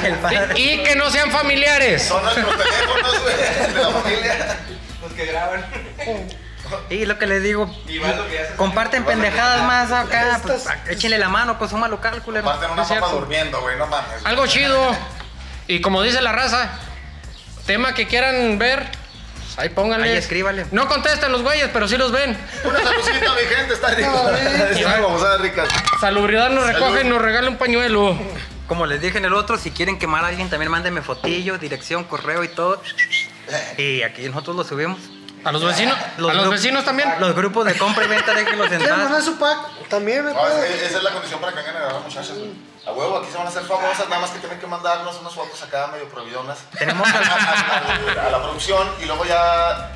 Speaker 2: El padre.
Speaker 4: Y, y que no sean familiares.
Speaker 1: Son nuestros teléfonos, güey, de la familia.
Speaker 2: Y lo que les digo, comparten pendejadas más acá, pues
Speaker 3: Estas-
Speaker 2: échenle la mano, pues súmalo cálculo.
Speaker 1: Parten una
Speaker 4: es
Speaker 1: papa
Speaker 4: cierto.
Speaker 1: durmiendo, güey, no mames.
Speaker 4: Algo chido. Y como dice la raza, tema que quieran ver, pues ahí pónganle.
Speaker 2: Ahí escríbale.
Speaker 4: No contestan los güeyes, pero sí los ven.
Speaker 1: Una saludcita, mi gente, está rico.
Speaker 3: güey.
Speaker 1: Está una babosada rica.
Speaker 4: Salubridad nos recoge
Speaker 1: Salud.
Speaker 4: y nos regala un pañuelo.
Speaker 2: Como les dije en el otro, si quieren quemar a alguien, también mándenme fotillo, dirección, correo y todo. Y aquí nosotros lo subimos.
Speaker 4: A los vecinos, a los
Speaker 2: gru-
Speaker 4: vecinos también.
Speaker 2: Los grupos de compra y venta, déjenlos
Speaker 3: *laughs*
Speaker 2: en
Speaker 3: ¿Quieren mandar
Speaker 2: paz.
Speaker 3: su pack? También, me
Speaker 1: No, Ah, es-
Speaker 3: puede.
Speaker 1: es- esa es la condición para que vengan a grabar muchachas, güey. A huevo, aquí se van a hacer famosas, nada más que tienen que mandarnos unas fotos acá medio prohibidonas.
Speaker 2: Tenemos
Speaker 1: a,
Speaker 2: al-
Speaker 1: a- a la producción y luego ya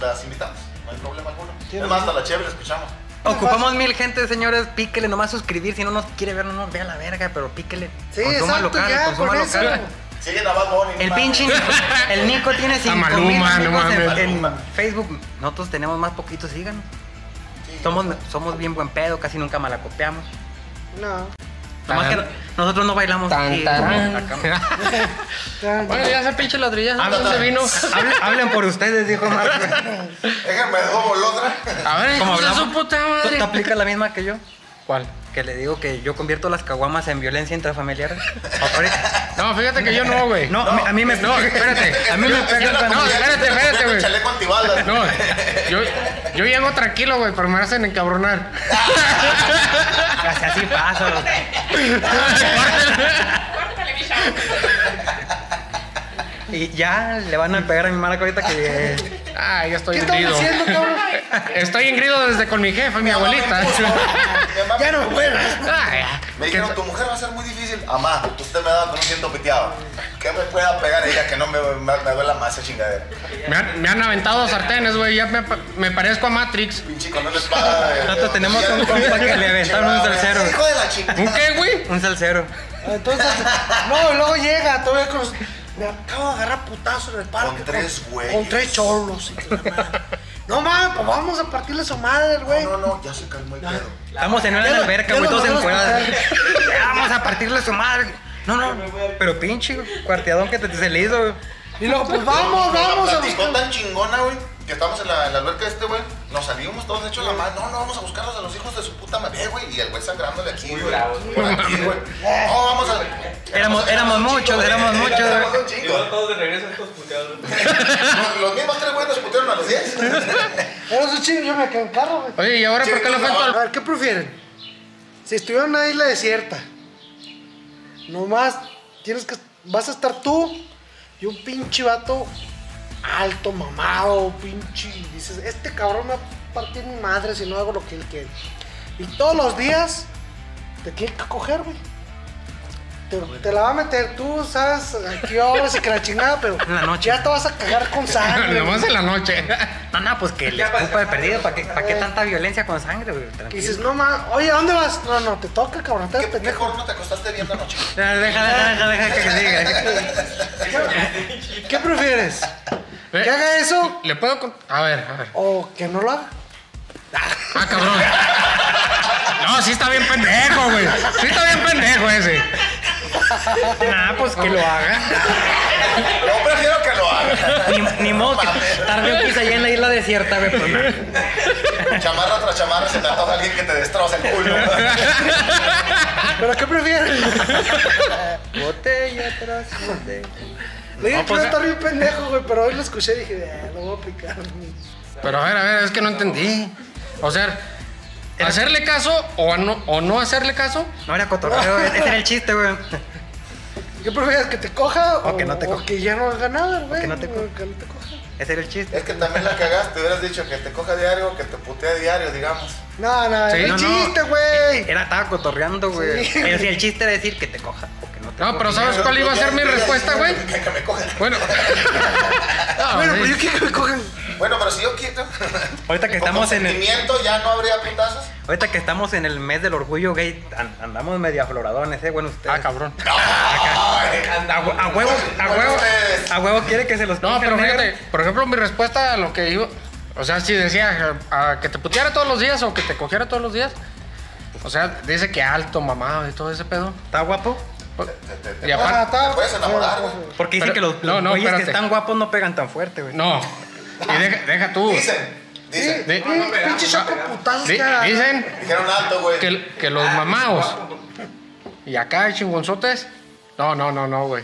Speaker 1: las invitamos. No hay problema alguno. Es más, hasta la chévere la escuchamos.
Speaker 2: Ocupamos mil gente, señores, píquele, nomás suscribir. Si no nos quiere ver, no nos vea la verga, pero píquele.
Speaker 3: Sí,
Speaker 2: consuma
Speaker 3: exacto,
Speaker 2: local,
Speaker 3: ya,
Speaker 2: consuma
Speaker 3: con eso.
Speaker 2: local.
Speaker 1: Siguen a Bad Bunny,
Speaker 2: El
Speaker 1: no mames.
Speaker 2: pinche Nico, el Nico tiene 5 mil
Speaker 4: Maluma, no
Speaker 2: amigos en,
Speaker 4: mames.
Speaker 2: en
Speaker 1: Maluma.
Speaker 2: Facebook. Nosotros tenemos más poquitos, síganos.
Speaker 1: Sí.
Speaker 2: Somos, somos bien buen pedo, casi nunca malacopiamos.
Speaker 3: No.
Speaker 2: Nomás que
Speaker 4: Tan.
Speaker 2: nosotros no bailamos
Speaker 4: Tan,
Speaker 2: aquí,
Speaker 4: tarán.
Speaker 2: como acá.
Speaker 3: Ya,
Speaker 4: *laughs* Bueno, ya ese pinche ladrillazo. ¿de ¿Dónde vino?
Speaker 2: Hablen, hablen por ustedes, dijo *laughs* Marco.
Speaker 1: Déjenme dejo otra.
Speaker 4: A ver,
Speaker 2: Como
Speaker 4: hijos de
Speaker 2: hablamos,
Speaker 4: su puta
Speaker 2: ¿Tú,
Speaker 4: madre.
Speaker 2: tú aplicas la misma que yo?
Speaker 4: ¿Cuál?
Speaker 2: Que le digo que yo convierto las caguamas en violencia intrafamiliar. Ahorita-
Speaker 4: No, fíjate que yo no, güey.
Speaker 2: No, a mí- a mí me *laughs*
Speaker 4: No, espérate. A mí me
Speaker 1: Yo- yo
Speaker 4: pegan
Speaker 1: la
Speaker 4: cuando... No,
Speaker 1: comida,
Speaker 4: espérate,
Speaker 1: yo
Speaker 4: espérate,
Speaker 1: tengo
Speaker 4: güey.
Speaker 1: Chaleco antibalas.
Speaker 4: No, yo, yo llego tranquilo, güey, pero me hacen encabronar. *laughs*
Speaker 2: Así, así pasa.
Speaker 6: Córtale, mi chavo.
Speaker 2: Y ya le van a pegar a mi Marco ahorita que... *laughs*
Speaker 4: Ah, ya estoy
Speaker 3: ¿Qué estamos
Speaker 4: engrido.
Speaker 3: haciendo, cabrón?
Speaker 4: Estoy engrido desde con mi jefa, mi abuelita.
Speaker 1: *laughs* Mi mamá
Speaker 3: Ya
Speaker 1: me
Speaker 3: no
Speaker 1: puso.
Speaker 3: puedo.
Speaker 4: *laughs* Ay,
Speaker 1: Me
Speaker 4: que-
Speaker 1: dijeron, tu mujer va a ser muy difícil. Amá, usted me da con un ciento piteado. ¿Qué me pueda pegar ella que no me, me, me duela más esa chingadera?
Speaker 4: me, han, me han aventado sartenes, güey. Ya me, pa- me parezco a Matrix.
Speaker 1: Pinche con una espada. de-
Speaker 2: Nosotros
Speaker 1: de-
Speaker 2: tenemos
Speaker 1: de-
Speaker 2: un compa que le aventaron un tercero.
Speaker 1: Hijo de la chingada.
Speaker 4: ¿Un qué, güey?
Speaker 2: Un salsero.
Speaker 3: Entonces, no, y luego llega todavía con los- Me acabo de agarrar putazo en el parque.
Speaker 1: Con tres güeyes.
Speaker 3: Con tres cholos. y que la madre. No mames, pues vamos a partirle su madre, güey.
Speaker 1: No, no, no, ya se calmó el pedo.
Speaker 2: Estamos en una
Speaker 3: Ya lo-
Speaker 2: alberca,
Speaker 3: ya
Speaker 2: güey,
Speaker 3: lo
Speaker 2: todos
Speaker 3: mandamos a
Speaker 2: encuadrados. *laughs* Vamos a partirle su madre. No, no, pero pinche cuarteadón que te, se le hizo. güey.
Speaker 3: Y luego, pues vamos, vamos
Speaker 1: La
Speaker 3: a
Speaker 1: platicó
Speaker 3: buscar.
Speaker 1: tan chingona, güey, que estábamos en la, en la alberca de este, güey. Nos salimos todos hechos la mano. No, no, vamos a buscarlos a los hijos de su puta madre, Eh, güey. Y el güey sangrándole aquí, güey. Por aquí, güey. No, vamos a...
Speaker 2: Éramos- éramos muchos, éramos muchos,
Speaker 1: Éramos
Speaker 2: güey.
Speaker 1: un chingo. *laughs* Los mismos tres güeyes nos putearon a los 10.
Speaker 3: Era su chingo, yo me quedé en carro, güey.
Speaker 4: Oye, ¿y ahora por qué le falta
Speaker 3: A
Speaker 4: al...
Speaker 3: ver, ¿qué prefieren? Si estuvieran en una isla desierta, nomás tienes que. Vas a estar tú y un pinche vato alto, mamado, pinche. y Dices, este cabrón me va a partir mi madre si no hago lo que él quiere. Y todos los días te tiene que coger, güey. Te, te la va a meter tú, sabes, aquí horas y que la chingada, pero
Speaker 2: En la noche.
Speaker 3: ya te vas a cagar con sangre. güey.
Speaker 4: *laughs* Nomás en la noche.
Speaker 2: No, no, pues que le culpa de perdido. ¿Para qué, pa' qué tanta violencia con sangre, güey?
Speaker 3: Y
Speaker 2: Tranquilo.
Speaker 3: dices, no mames, oye, ¿a dónde vas? No, no, te toca, cabrón, te
Speaker 1: ¿Qué
Speaker 3: das pendejo.
Speaker 1: mejor no te acostaste viendo *laughs* anoche?
Speaker 2: Ya, Deja, deja, deja, deja que *laughs* diga.
Speaker 3: ¿Qué prefieres? ¿Que
Speaker 4: *laughs* Eh,
Speaker 3: haga eso
Speaker 4: ¿Le puedo...? con- A ver, a ver.
Speaker 3: o que no lo haga?
Speaker 4: Ah, cabrón. *laughs* No, sí está bien pendejo, güey. Sí está bien pendejo ese.
Speaker 2: Nah, pues que lo haga.
Speaker 1: Yo prefiero que lo haga.
Speaker 2: Ni, ni modo que tarde o quizá allá en la isla desierta, güey. pues, nah.
Speaker 1: Chamarra tras chamarra se te antoja alguien que te destroza el
Speaker 4: *laughs*
Speaker 1: culo.
Speaker 3: ¿Pero qué prefieres?
Speaker 2: Botella tras botella.
Speaker 3: Le dije
Speaker 4: No,
Speaker 3: que
Speaker 4: pues,
Speaker 3: iba a estar bien pendejo, güey, pero hoy lo escuché y dije, ah, lo voy a picar.
Speaker 4: Pero a ver, a ver, es que no entendí. O sea, ¿hacerle caso o no, o no hacerle caso?
Speaker 2: No era cotorreo, ese era el chiste, güey.
Speaker 3: ¿Qué prefieres? ¿Que te coja
Speaker 2: O que no te coja.
Speaker 3: O que ya no haga nada, güey.
Speaker 2: que no te
Speaker 3: o
Speaker 2: coja.
Speaker 3: que no te coja.
Speaker 2: Ese era el chiste.
Speaker 1: Es que también la cagaste, hubieras dicho que te coja diario o que te putea diario, digamos.
Speaker 3: No, no,
Speaker 4: Sí,
Speaker 3: es
Speaker 4: no,
Speaker 3: un
Speaker 4: no.
Speaker 3: chiste, güey.
Speaker 2: Era, estaba cotorreando, güey.
Speaker 3: Sí.
Speaker 2: Pero sí, el chiste era decir que te coja o que no te
Speaker 4: No,
Speaker 2: coja.
Speaker 4: pero ¿sabes cuál iba a ser mi respuesta, güey?
Speaker 1: *laughs* Que, que me cojan.
Speaker 3: *laughs*
Speaker 4: Bueno. No,
Speaker 3: Bueno,
Speaker 4: sí.
Speaker 3: pues yo quiero que me cojan.
Speaker 1: Bueno, pero si yo
Speaker 4: *laughs*
Speaker 1: quito.
Speaker 2: Ahorita que
Speaker 1: con
Speaker 2: estamos en el-
Speaker 1: consentimiento, ya no habría putazos.
Speaker 2: Ahorita que estamos en el mes del orgullo gay, an- andamos medio afloradones, eh, bueno, ustedes.
Speaker 4: Ah, cabrón.
Speaker 2: A, hue- a huevo, a
Speaker 1: Bueno,
Speaker 2: huevo,
Speaker 1: ustedes.
Speaker 2: a huevo quiere que se los
Speaker 4: No,
Speaker 2: pinche
Speaker 4: pero
Speaker 2: el negro.
Speaker 4: fíjate, por ejemplo, mi respuesta a lo que iba. O sea, si decía a- a que te puteara todos los días o que te cogiera todos los días. O sea, dice que alto, mamado y todo ese pedo.
Speaker 2: ¿Está guapo?
Speaker 4: Pues,
Speaker 1: Te, te- te-
Speaker 4: Y aparte-
Speaker 3: Ah,
Speaker 1: te puedes enamorar, güey.
Speaker 2: Porque dicen
Speaker 4: Pero-
Speaker 2: que los,
Speaker 4: no,
Speaker 2: los
Speaker 4: no,
Speaker 2: güeyes que
Speaker 4: espérate.
Speaker 2: están guapos no pegan tan fuerte, güey.
Speaker 4: No. Y deja, deja tú.
Speaker 1: Dicen, dicen.
Speaker 4: De-
Speaker 3: Sí, pinche saco putazos
Speaker 4: Di-
Speaker 3: que haga.
Speaker 4: dicen
Speaker 1: Dijeron alto, güey.
Speaker 4: que, que los
Speaker 1: Ah,
Speaker 4: mamados.
Speaker 1: pues,
Speaker 4: Y acá, chingonzotes. No, no, no, no, güey.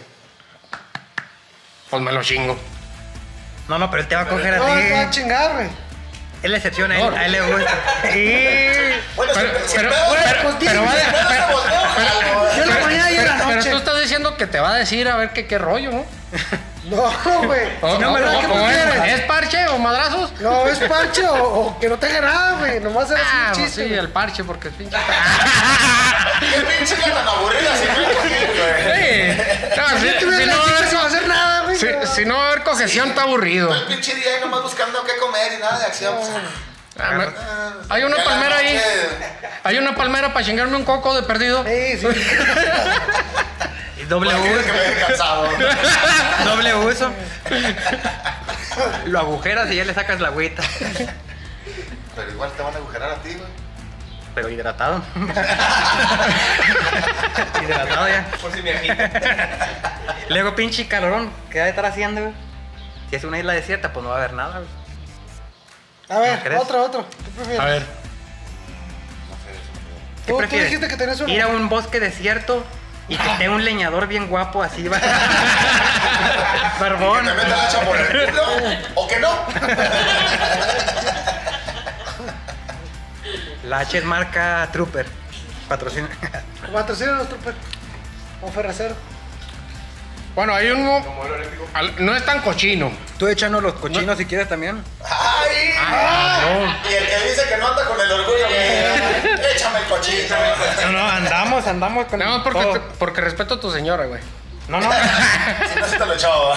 Speaker 4: Pues me lo chingo.
Speaker 2: No, no, pero él te va a coger
Speaker 3: No, te va a
Speaker 2: así.
Speaker 3: chingar, güey.
Speaker 2: Es la excepción, a él, ¿eh?
Speaker 4: No.
Speaker 2: a él le gusta.
Speaker 4: *laughs*
Speaker 2: Sí.
Speaker 1: Bueno,
Speaker 4: Pero,
Speaker 1: si- si
Speaker 4: pero,
Speaker 1: pedo,
Speaker 4: pero,
Speaker 3: pues,
Speaker 4: pero
Speaker 3: dime,
Speaker 4: va de-
Speaker 1: si pedo se pues,
Speaker 4: pero-
Speaker 1: voltea, jalo,
Speaker 3: Yo
Speaker 1: güey.
Speaker 3: en la mañana y en la
Speaker 4: pero- pero
Speaker 3: noche.
Speaker 4: tú estás diciendo que te va a decir a ver qué, qué rollo, ¿no?
Speaker 3: No, güey.
Speaker 4: O-
Speaker 2: no me lo-
Speaker 4: o-
Speaker 3: ¿qué
Speaker 4: o es-
Speaker 3: prefieres?
Speaker 4: ¿Es parche o madrazos?
Speaker 3: No, es parche o, o que no te haga nada, güey. Nomás era así un
Speaker 4: Ah, pues sí,
Speaker 3: chiste. güey.
Speaker 4: el parche, porque
Speaker 3: *laughs*
Speaker 4: es pinche.
Speaker 1: Qué pinche vida tan aburrida, si no güey.
Speaker 4: No,
Speaker 3: Si
Speaker 4: si,
Speaker 3: no
Speaker 4: si
Speaker 3: tuviera
Speaker 4: no
Speaker 3: la
Speaker 4: va a
Speaker 3: chicha,
Speaker 4: haber
Speaker 3: se va a
Speaker 4: co-
Speaker 3: hacer nada, güey.
Speaker 4: si-
Speaker 3: pero-
Speaker 4: si no va a haber cojeción, está aburrido.
Speaker 1: Todo el pinche día y nomás buscando qué comer y nada de acción. pues,
Speaker 4: Ah, me-
Speaker 1: ah,
Speaker 4: Hay una
Speaker 1: ya la
Speaker 4: palmera ahí.
Speaker 1: noche-
Speaker 4: Hay una palmera para chingarme un coco de perdido.
Speaker 3: Sí, sí.
Speaker 2: Y doble
Speaker 1: Bueno, que me
Speaker 2: uso.
Speaker 1: deje cansado.
Speaker 2: *laughs* Doble uso. Lo agujeras y ya le sacas la agüita.
Speaker 1: Pero igual te van a agujerar a ti, güey.
Speaker 2: Pero *laughs* hidratado. hidratado ya.
Speaker 6: Por si me agita.
Speaker 2: Luego, pinche calorón, ¿qué va a estar haciendo, güey? Si es una isla desierta, pues no va a haber nada, güey.
Speaker 3: A
Speaker 2: ¿No
Speaker 3: ver,
Speaker 2: crees?
Speaker 3: otro, otro. ¿Qué prefieres?
Speaker 4: A ver,
Speaker 2: ¿Qué
Speaker 3: Tú- tú
Speaker 2: prefieres?
Speaker 3: dijiste que tenías uno.
Speaker 2: Ir a un bosque desierto y que esté un leñador bien guapo así, *laughs* va.
Speaker 1: Que
Speaker 2: Barbón.
Speaker 1: te metan la hacha por el culo o que no.
Speaker 2: La H es marca Trooper. Patrocina.
Speaker 3: Patrocina nuestro pues. perro. O ferracero.
Speaker 4: bueno, hay uno. al- No es tan cochino.
Speaker 2: Tú échanos los cochinos si quieres también.
Speaker 1: ¡Ay!
Speaker 3: Ah.
Speaker 4: Ah,
Speaker 1: Y el que dice que no anda con el orgullo, güey. Échame el cochito.
Speaker 2: No, no, andamos, andamos con.
Speaker 4: Nada más porque,
Speaker 2: todo.
Speaker 3: Oh.
Speaker 4: te- porque respeto a tu señora, güey.
Speaker 2: No, no.
Speaker 1: Si no, se te lo echaba.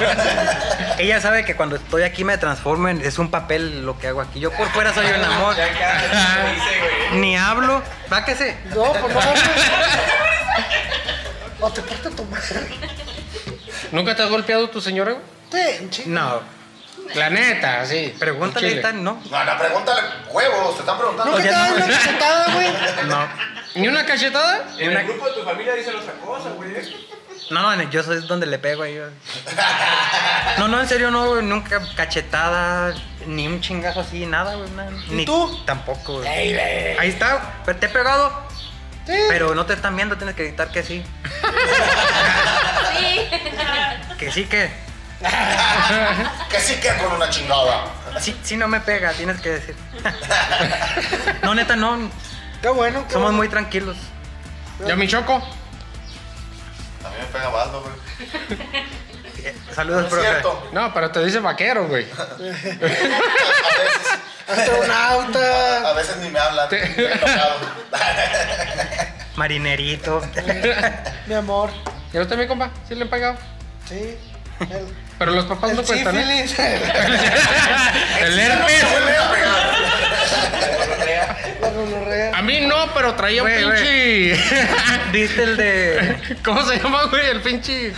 Speaker 2: Ella sabe que cuando estoy aquí me transformo en. Es un papel lo que hago aquí. Yo por fuera soy un amor.
Speaker 6: Ya acá, lo dice, güey.
Speaker 2: Ni hablo. Báquese.
Speaker 4: *laughs*
Speaker 3: No, pues no. güey. O te porta tu madre.
Speaker 4: *laughs* ¿Nunca te has golpeado tu señora, güey?
Speaker 3: Sí, un chingo.
Speaker 2: No.
Speaker 4: La neta, sí.
Speaker 2: Pregúntale,
Speaker 4: Chile.
Speaker 2: ahorita, no.
Speaker 1: No, no, pregúntale huevos. Te están preguntando.
Speaker 3: Nunca te
Speaker 2: ya
Speaker 3: dan
Speaker 2: no.
Speaker 3: una cachetada, güey.
Speaker 2: No.
Speaker 4: ¿Ni una cachetada?
Speaker 6: En el grupo de tu familia dicen otra cosa, güey.
Speaker 2: No, no, yo soy donde le pego ahí. güey. No, no, en serio, no, güey, nunca cachetada, ni un chingazo así, nada, güey. nada. Ni
Speaker 3: tú?
Speaker 2: Tampoco, güey. Ahí está, pero te he pegado,
Speaker 3: Sí.
Speaker 2: pero no te están viendo, tienes que gritar que sí. Que sí que.
Speaker 1: Que sí que con una chingada.
Speaker 2: Sí, sí no me pega, tienes que decir. *laughs* No, neta, no.
Speaker 3: Qué bueno. Qué
Speaker 2: Somos
Speaker 3: bueno.
Speaker 2: muy tranquilos.
Speaker 4: ¿Ya mi choco?
Speaker 1: A mí me pega baldo, güey.
Speaker 2: Eh, Saludos,
Speaker 1: No es
Speaker 2: profe.
Speaker 1: cierto.
Speaker 4: No, pero te dice vaquero, güey.
Speaker 1: A veces, a
Speaker 3: Astronauta.
Speaker 1: veces ni me hablan.
Speaker 4: Te-
Speaker 1: Estoy
Speaker 4: *laughs*
Speaker 1: enojado.
Speaker 2: Marinerito. *laughs*
Speaker 3: Mi amor.
Speaker 4: ¿Y a usted, mi compa? ¿Sí le han pagado?
Speaker 3: Sí. El,
Speaker 4: Pero los papás no
Speaker 3: el
Speaker 4: cuentan, ¿eh? *laughs*
Speaker 3: sífilis. *laughs*
Speaker 4: El
Speaker 1: Me
Speaker 4: herpes.
Speaker 1: vuelve a pegar.
Speaker 3: La gonorrea.
Speaker 4: A mí no, pero traía un
Speaker 2: Güey, güey.
Speaker 4: pinche.
Speaker 2: ¿Viste el de.
Speaker 4: *laughs* ¿Cómo se llama, güey? El pinche.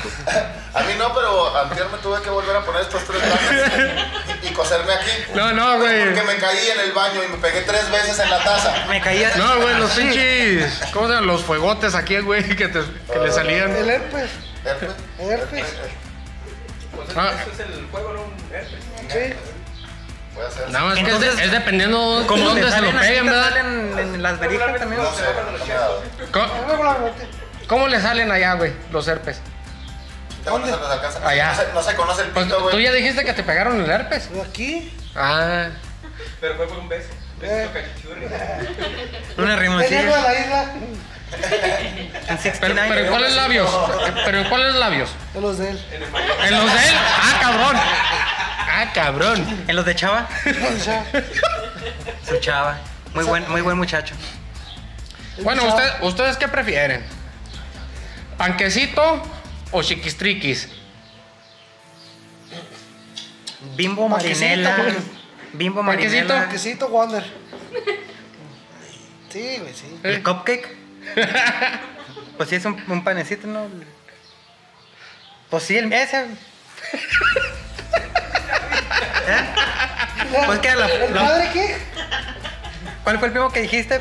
Speaker 1: A mí no, pero antier me tuve que volver a poner estos tres baños y, y coserme aquí.
Speaker 4: No, eh. no, güey.
Speaker 1: Porque me caí en el baño y me pegué tres veces en la taza.
Speaker 2: Me caía.
Speaker 4: No, güey, los
Speaker 2: Sí.
Speaker 4: pinches. ¿Cómo se llaman? Los fuegotes aquí, güey, que, te- que le salían.
Speaker 3: El herpes.
Speaker 1: Herpes. eh,
Speaker 3: Herpes.
Speaker 6: Pues
Speaker 4: Ah.
Speaker 6: eso es el juego, ¿no? Un herpes.
Speaker 3: Sí.
Speaker 1: Voy a hacer
Speaker 4: Nada más que es,
Speaker 2: Entonces,
Speaker 4: de- es dependiendo
Speaker 2: Como
Speaker 4: dónde se lo peguen, ¿verdad?
Speaker 2: salen en las verijas también.
Speaker 1: No sé, no sé nada.
Speaker 4: ¿Cómo,
Speaker 3: Regularmente.
Speaker 4: cómo le salen allá, güey, los herpes?
Speaker 1: Ya no se nos alcanza.
Speaker 4: Allá.
Speaker 1: No se, no se conoce el
Speaker 4: Pues,
Speaker 1: pito,
Speaker 4: tú
Speaker 1: güey.
Speaker 4: ya dijiste que te pegaron el herpes.
Speaker 3: Aquí.
Speaker 4: Ah,
Speaker 6: Pero fue por un beso. Besito cachichurri.
Speaker 2: Una
Speaker 3: Teniendo a
Speaker 2: rimoncilla.
Speaker 3: la isla.
Speaker 2: En 69.
Speaker 4: Pero en cuáles labios? Eh, Pero en cuáles labios?
Speaker 3: De los de él.
Speaker 4: En los de él. Ah, cabrón. Ah, cabrón.
Speaker 2: ¿En los de
Speaker 4: *laughs*
Speaker 2: Chava?
Speaker 3: O sea,
Speaker 2: Su Chava. Muy buen, muy buen muchacho.
Speaker 4: Bueno, usted- ¿ustedes qué prefieren? ¿Panquecito o chiquistriquis?
Speaker 2: Bimbo Marinela.
Speaker 3: Marquesito.
Speaker 2: Bimbo
Speaker 4: Marquesito.
Speaker 2: Marinela.
Speaker 3: Quesito Wander. Sí, güey, sí.
Speaker 4: Eh.
Speaker 2: ¿El
Speaker 4: *laughs*
Speaker 2: cupcake? Pues sí, es un, un panecito, ¿no? Pues sí, el, ese. ¿Eh? Pues que la,
Speaker 3: ¿El
Speaker 2: la-
Speaker 3: padre qué?
Speaker 2: ¿Cuál fue el primo que dijiste?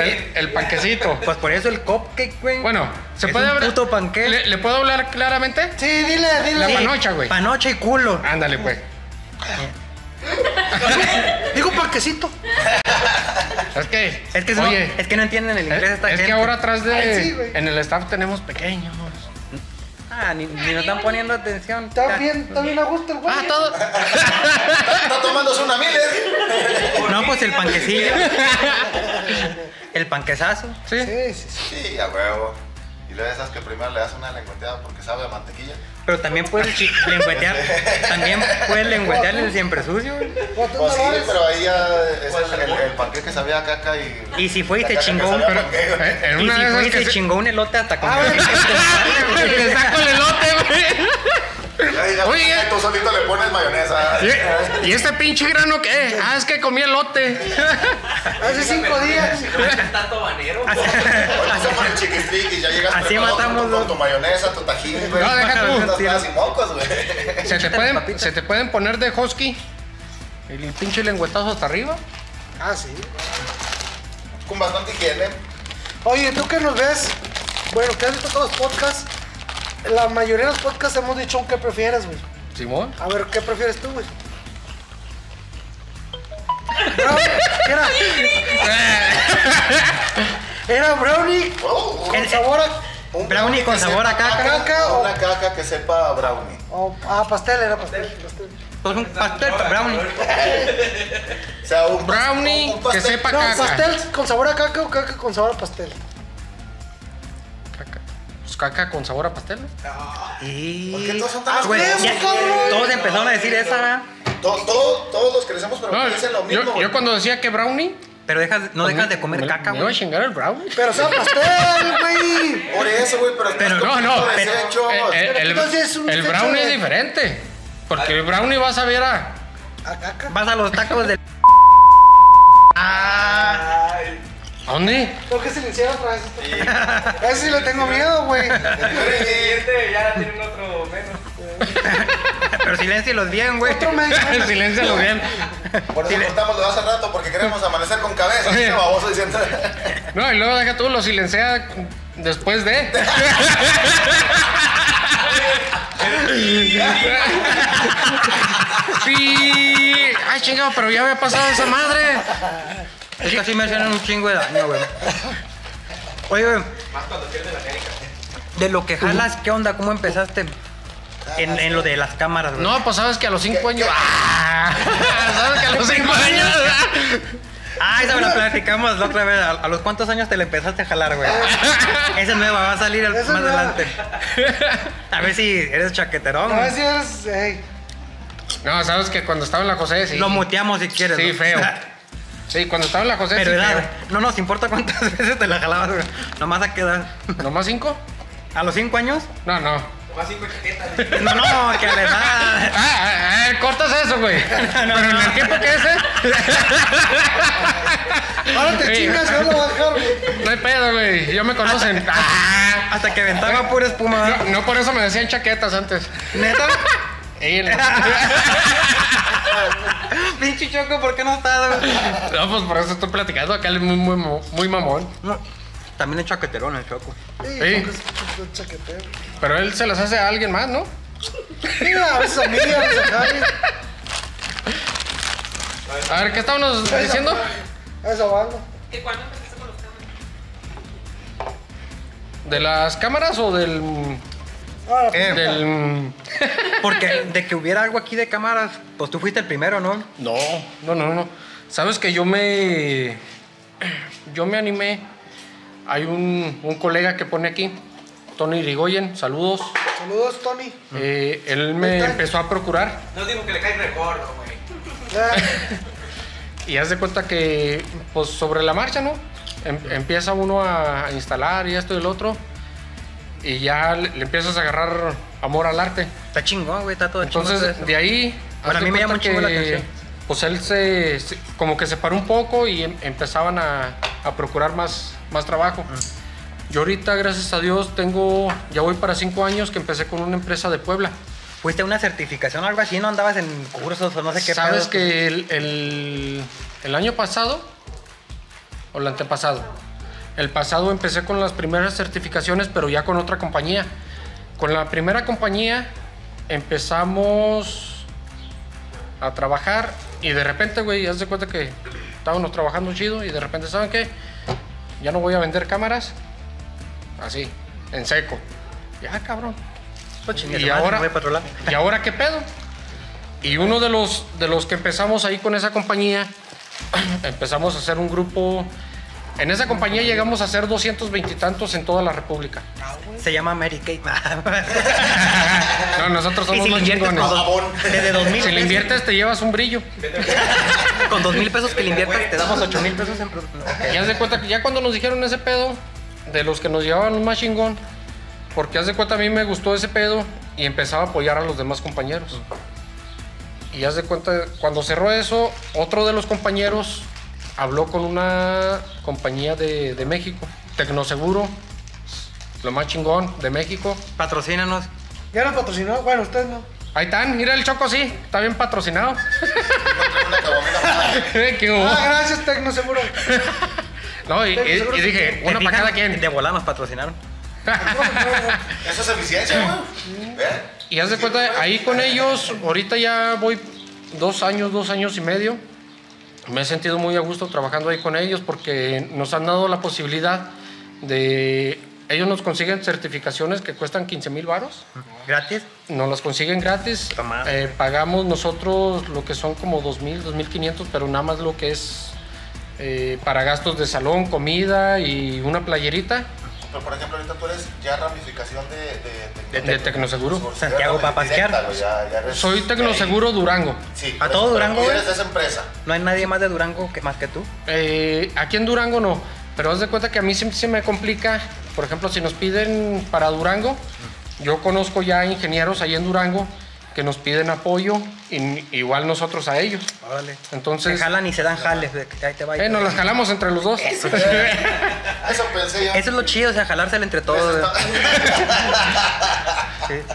Speaker 4: El, el panquecito.
Speaker 2: Pues por eso el cupcake, güey.
Speaker 4: Bueno, ¿se
Speaker 2: Es
Speaker 4: puede
Speaker 2: un
Speaker 4: hablar?
Speaker 2: puto panqué.
Speaker 4: ¿Le, le puedo hablar claramente?
Speaker 3: Sí, dile,
Speaker 4: La
Speaker 3: dile.
Speaker 2: Sí,
Speaker 4: panocha, güey.
Speaker 2: Panocha y culo.
Speaker 4: Ándale, pues.
Speaker 3: Digo panquecito.
Speaker 4: Es que.
Speaker 2: Es que,
Speaker 4: oye,
Speaker 2: no, es que no entienden el inglés
Speaker 4: es,
Speaker 2: esta
Speaker 4: es
Speaker 2: gente.
Speaker 4: que ahora atrás de.
Speaker 3: Ay, sí, güey.
Speaker 4: en el staff tenemos pequeños.
Speaker 2: Ah, ni, ni nos están poniendo atención.
Speaker 3: Está bien, está bien a gusto el güey.
Speaker 4: Ah, todo.
Speaker 1: Está tomándose una Miller.
Speaker 2: No, pues el
Speaker 4: *laughs*
Speaker 2: panquecillo. el panquezazo.
Speaker 4: Sí.
Speaker 3: Sí, sí, sí.
Speaker 1: Sí, a huevo. Y luego esas que primero le das una lengüeteada porque sabe a mantequilla.
Speaker 2: Pero también puedes chi- lengüetear. También puedes lengüetear el siempre sucio. güey.
Speaker 3: Cuatro
Speaker 1: Pues sí,
Speaker 3: dólares.
Speaker 1: pero ahí ya es el, el, el panqué que sabía a caca y.
Speaker 2: Y si fue y
Speaker 1: la
Speaker 2: te
Speaker 1: caca que
Speaker 2: chingó un
Speaker 1: sabía a panqué,
Speaker 2: perro.
Speaker 1: güey. *laughs*
Speaker 4: Eh, En
Speaker 2: Y
Speaker 4: una
Speaker 2: si
Speaker 4: de
Speaker 2: fue
Speaker 4: esas
Speaker 2: y
Speaker 4: que
Speaker 2: te
Speaker 4: se-
Speaker 2: chingó un elote hasta con
Speaker 3: Ah,
Speaker 4: *laughs*
Speaker 3: bueno.
Speaker 4: Te saco el elote, güey.
Speaker 1: Ya digas,
Speaker 4: Oye.
Speaker 1: tú solito le pones mayonesa.
Speaker 4: ¿Y y este pinche grano qué? Ah, es que comí elote.
Speaker 3: Hace cinco
Speaker 4: *laughs*
Speaker 3: días.
Speaker 2: *laughs*
Speaker 6: Tanto banero.
Speaker 1: Ahorita por el chiquistriqui ya llegas
Speaker 2: Así
Speaker 1: preparado con
Speaker 2: matamos
Speaker 1: tu-
Speaker 2: dos.
Speaker 1: con tu mayonesa, tu tajín, güey.
Speaker 4: No,
Speaker 1: *laughs*
Speaker 4: deja tú.
Speaker 1: Unas pedas y mocos, güey.
Speaker 4: ¿Se te pueden, se te pueden poner de husky? El pinche lengüetazo hasta arriba.
Speaker 3: Ah, sí.
Speaker 1: Con bastante higiene.
Speaker 3: Oye, tú que nos ves, bueno, que has visto todos los podcasts, la mayoría de los podcasts hemos dicho un qué prefieres, güey.
Speaker 4: Simón.
Speaker 3: A ver, ¿qué prefieres tú, güey? Bro- Era, era brownie
Speaker 1: Oh,
Speaker 3: con sabor a...
Speaker 1: un
Speaker 2: brownie con
Speaker 1: que
Speaker 2: sabor
Speaker 1: sepa
Speaker 2: a caca.
Speaker 3: Caca o-
Speaker 1: Una caca que sepa a brownie.
Speaker 3: o- ah, pastel, era pastel. pastel.
Speaker 2: Pues un pastel brownie.
Speaker 1: O sea, un
Speaker 4: Brownie
Speaker 1: un- un pastel-
Speaker 4: que sepa
Speaker 3: No,
Speaker 4: caca.
Speaker 3: pastel con sabor a caca o caca con sabor a pastel.
Speaker 4: Caca. Pues caca con sabor a pastel. ¿no?
Speaker 2: Y...
Speaker 1: ¿Por qué todos son tan
Speaker 2: Ah, güey,
Speaker 1: asquerosos,
Speaker 2: ya-
Speaker 1: cabrón?
Speaker 2: Todos empezaron a decir esa, ¿verdad?
Speaker 1: To- todo- todos los crecemos, pero
Speaker 4: No,
Speaker 1: piensen lo mismo.
Speaker 4: yo,
Speaker 1: güey.
Speaker 4: yo cuando decía que brownie.
Speaker 2: Pero dejas, no dejas de comer
Speaker 4: me-
Speaker 2: caca,
Speaker 4: Me iba a
Speaker 2: güey.
Speaker 4: chingar el brownie.
Speaker 3: *laughs* Pero sabe a pastel, güey.
Speaker 1: Por eso, güey, pero,
Speaker 2: Pero
Speaker 1: estás
Speaker 4: no, no,
Speaker 1: comiendo
Speaker 2: pero-
Speaker 1: desechos.
Speaker 4: Eh, eh, el,
Speaker 3: entonces es un
Speaker 4: el
Speaker 3: desecho
Speaker 4: brownie
Speaker 3: de-
Speaker 4: es diferente. Porque el brownie va a saber a.
Speaker 3: A caca.
Speaker 2: Vas a los tacos
Speaker 4: *laughs*
Speaker 2: del...
Speaker 4: Ah. ¿A dónde? *laughs*
Speaker 3: ¿Por qué silenciar otra vez? esto? Eso sí le tengo miedo, güey.
Speaker 4: eh,
Speaker 6: El siguiente ya tienen otro menos.
Speaker 2: Pero silencialos bien, güey.
Speaker 3: Otro medio.
Speaker 4: El silencio lo bien.
Speaker 1: Por eso cortamos lo de hace rato, porque queremos amanecer con cabeza.
Speaker 4: Oye.
Speaker 1: Este baboso diciendo.
Speaker 4: No, y luego deja tú, lo silencia después de. Sí. Ay, chingado, pero ya había pasado esa madre.
Speaker 2: Es que así me hacen un chingo de daño, güey. Oye, güey. De lo que jalas, ¿qué onda? ¿Cómo empezaste? En, en lo de las cámaras, güey.
Speaker 4: No, pues sabes que a los cinco años. Ah, sabes que a los cinco años.
Speaker 2: Ah, esa me la platicamos la otra vez. ¿A, a los cuántos años te la empezaste a jalar,
Speaker 4: *laughs*
Speaker 2: güey? Esa es nueva, va a salir al- más
Speaker 3: Esa es nueva.
Speaker 2: adelante.
Speaker 4: ah.
Speaker 2: A ver si eres chaqueterón.
Speaker 3: A
Speaker 2: güey.
Speaker 3: ver si eres... ey.
Speaker 4: No, sabes que cuando estaba en la José, sí.
Speaker 2: Lo muteamos si quieres.
Speaker 4: Sí,
Speaker 2: ¿no?
Speaker 4: feo. Sí, cuando estaba en la José,
Speaker 2: *laughs* Pero
Speaker 4: sí,
Speaker 2: edad,
Speaker 4: feo.
Speaker 2: no nos importa cuántas *laughs* veces te la jalabas, güey. Nomás a qué edad.
Speaker 4: ¿Nomás cinco?
Speaker 2: ¿A los cinco años?
Speaker 4: No, no.
Speaker 6: Más cinco etiquetas.
Speaker 2: No, no, que a la edad.
Speaker 4: Ah, ah, ah, cortas eso, güey.
Speaker 3: *laughs*
Speaker 4: Pero en el tiempo que ese.
Speaker 3: Ahora te chingas, yo lo voy a dejar, güey.
Speaker 4: No hay pedo, güey. Yo me
Speaker 3: *laughs*
Speaker 4: conocen. Ah.
Speaker 2: Hasta que aventaba pura espuma.
Speaker 4: No,
Speaker 2: ¿verdad?
Speaker 4: no por eso me decían chaquetas antes.
Speaker 2: ¿Neta?
Speaker 3: *laughs*
Speaker 4: Ey, no.
Speaker 2: *laughs* Pinche Choco, ¿por qué no estás? güey?
Speaker 4: No, pues por eso estoy platicando acá, muy, muy, mo- muy mamón.
Speaker 2: No, también es chaqueterón el Choco.
Speaker 3: Ey, porque es un chaquetero.
Speaker 4: Pero él se las hace a alguien más, ¿no?
Speaker 3: Mira, a veces a mí, a veces a Javi,
Speaker 4: A ver, ¿qué estábamos
Speaker 3: a veces a
Speaker 4: diciendo?
Speaker 3: Juan, A veces a Waldo.
Speaker 7: ¿Que cuándo empezaste con los cámaras?
Speaker 4: ¿De las cámaras o del.
Speaker 3: Ahora,
Speaker 4: Eh. del.
Speaker 2: Porque de que hubiera algo aquí de cámaras, pues tú fuiste el primero, ¿no?
Speaker 4: No, no, no, no. Sabes que yo me. Yo me animé Hay un, un colega que pone aquí, Tony Rigoyen, saludos.
Speaker 3: Saludos, Tony.
Speaker 4: Eh, él me
Speaker 3: ¿Neta?
Speaker 4: empezó a procurar
Speaker 6: No digo que le cae recuerdo, güey.
Speaker 3: Ah,
Speaker 4: y haz de cuenta que, pues sobre la marcha, ¿no? Em- empieza uno a instalar y esto y el otro. Y ya le, le empiezas a agarrar amor al arte.
Speaker 2: Está chingón, güey, está todo chingón. todo
Speaker 4: Entonces,
Speaker 2: eso.
Speaker 4: de ahí.
Speaker 2: Bueno,
Speaker 4: haz
Speaker 2: a mí
Speaker 4: de
Speaker 2: me llama
Speaker 4: cuenta
Speaker 2: un chingo la
Speaker 4: que,
Speaker 2: atención.
Speaker 4: Pues él se, se- como que se paró un poco y em- empezaban a, a procurar más, más trabajo. Yo ahorita, gracias a Dios, tengo, ya voy para cinco años que empecé con una empresa de Puebla.
Speaker 2: Fuiste a una certificación o algo así, no andabas en cursos o no sé qué
Speaker 4: Sabes
Speaker 2: pedo? pues,
Speaker 4: que el, el- el año pasado, o el antepasado, el pasado empecé con las primeras certificaciones, pero ya con otra compañía. Con la primera compañía empezamos a trabajar y de repente, güey, haz de cuenta que estábamos trabajando chido y de repente, ¿saben qué? Ya no voy a vender cámaras. Así, en seco. Ya, cabrón.
Speaker 2: Pues chingue
Speaker 4: ¿Y
Speaker 2: su madre,
Speaker 4: ahora?
Speaker 2: me voy para otro lado.
Speaker 4: ¿Y ahora qué pedo? Y uno de los, de los que empezamos ahí con esa compañía, *clears throat* empezamos a hacer un grupo. En esa compañía llegamos a ser 220 y tantos en toda la República.
Speaker 2: Se llama Mary Kate. *laughs*
Speaker 4: No, nosotros
Speaker 2: Y si
Speaker 4: somos
Speaker 2: le
Speaker 4: los
Speaker 2: inviertes
Speaker 4: chingones.
Speaker 2: con dos, desde dos *laughs* mil
Speaker 4: Si le
Speaker 2: pesos,
Speaker 4: inviertes, te llevas un brillo.
Speaker 2: con dos mil pesos que le inviertas, te damos ocho mil pesos en producto.
Speaker 4: Y haz de cuenta que ya cuando nos dijeron ese pedo, de los que nos llevaban un más chingón, porque haz de cuenta a mí me gustó ese pedo y empezaba a apoyar a los demás compañeros. Y haz de cuenta, cuando cerró eso, otro de los compañeros habló con una compañía de, de México, Tecnoseguro, lo más chingón de México.
Speaker 2: Patrocínanos.
Speaker 3: ya nos patrocinó. Bueno, ustedes no.
Speaker 4: Ahí están, mira el choco, sí, está bien patrocinado. *laughs*
Speaker 1: Una caguamita.
Speaker 4: ¿Qué hubo?
Speaker 3: Ah, gracias, Tecno Seguro.
Speaker 4: No, y, y-
Speaker 3: Tecnoseguro
Speaker 4: y dije,
Speaker 2: ¿Te
Speaker 4: una para
Speaker 2: fijas?
Speaker 4: cada quien.
Speaker 2: De volar nos patrocinaron.
Speaker 1: Eso es eficiencia, güey. ¿Eh?
Speaker 4: Y haz de cuenta, ahí con ellos, ahorita ya voy dos años, dos años y medio. Me he sentido muy a gusto trabajando ahí con ellos porque nos han dado la posibilidad de... Ellos nos consiguen certificaciones que cuestan 15 mil varos,
Speaker 2: Gratis.
Speaker 4: nos las consiguen gratis,
Speaker 2: Toma.
Speaker 4: Eh, pagamos nosotros lo que son como 2 mil, 2.500, pero nada más lo que es eh, para gastos de salón, comida y una playerita
Speaker 1: Pero por ejemplo, ahorita tú eres ya ramificación de. de, Pues,
Speaker 4: de Tecnoseguro.
Speaker 2: Santiago Papasquiar.
Speaker 4: Soy Tecnoseguro Durango.
Speaker 1: Sí,
Speaker 2: ¿A todo
Speaker 1: pero
Speaker 2: Durango,
Speaker 1: tú
Speaker 2: güey?
Speaker 1: eres de esa empresa.
Speaker 2: No hay nadie más de Durango que más que tú.
Speaker 4: Eh, aquí en Durango no, pero haz de cuenta que a mí siempre se me complica. Por ejemplo, si nos piden para Durango, yo conozco ya ingenieros ahí en Durango que nos piden apoyo, y, igual nosotros a ellos.
Speaker 2: Órale. Se
Speaker 4: Entonces,
Speaker 2: jalan y se dan jales. de que ahí te va y
Speaker 4: eh,
Speaker 2: te
Speaker 4: nos
Speaker 2: va.
Speaker 4: las jalamos entre los dos. *laughs*
Speaker 1: Eso pensé ya.
Speaker 2: Eso es lo chido, o sea, jalárselo entre
Speaker 1: Eso
Speaker 2: todos.
Speaker 1: está-
Speaker 2: güey. Sí.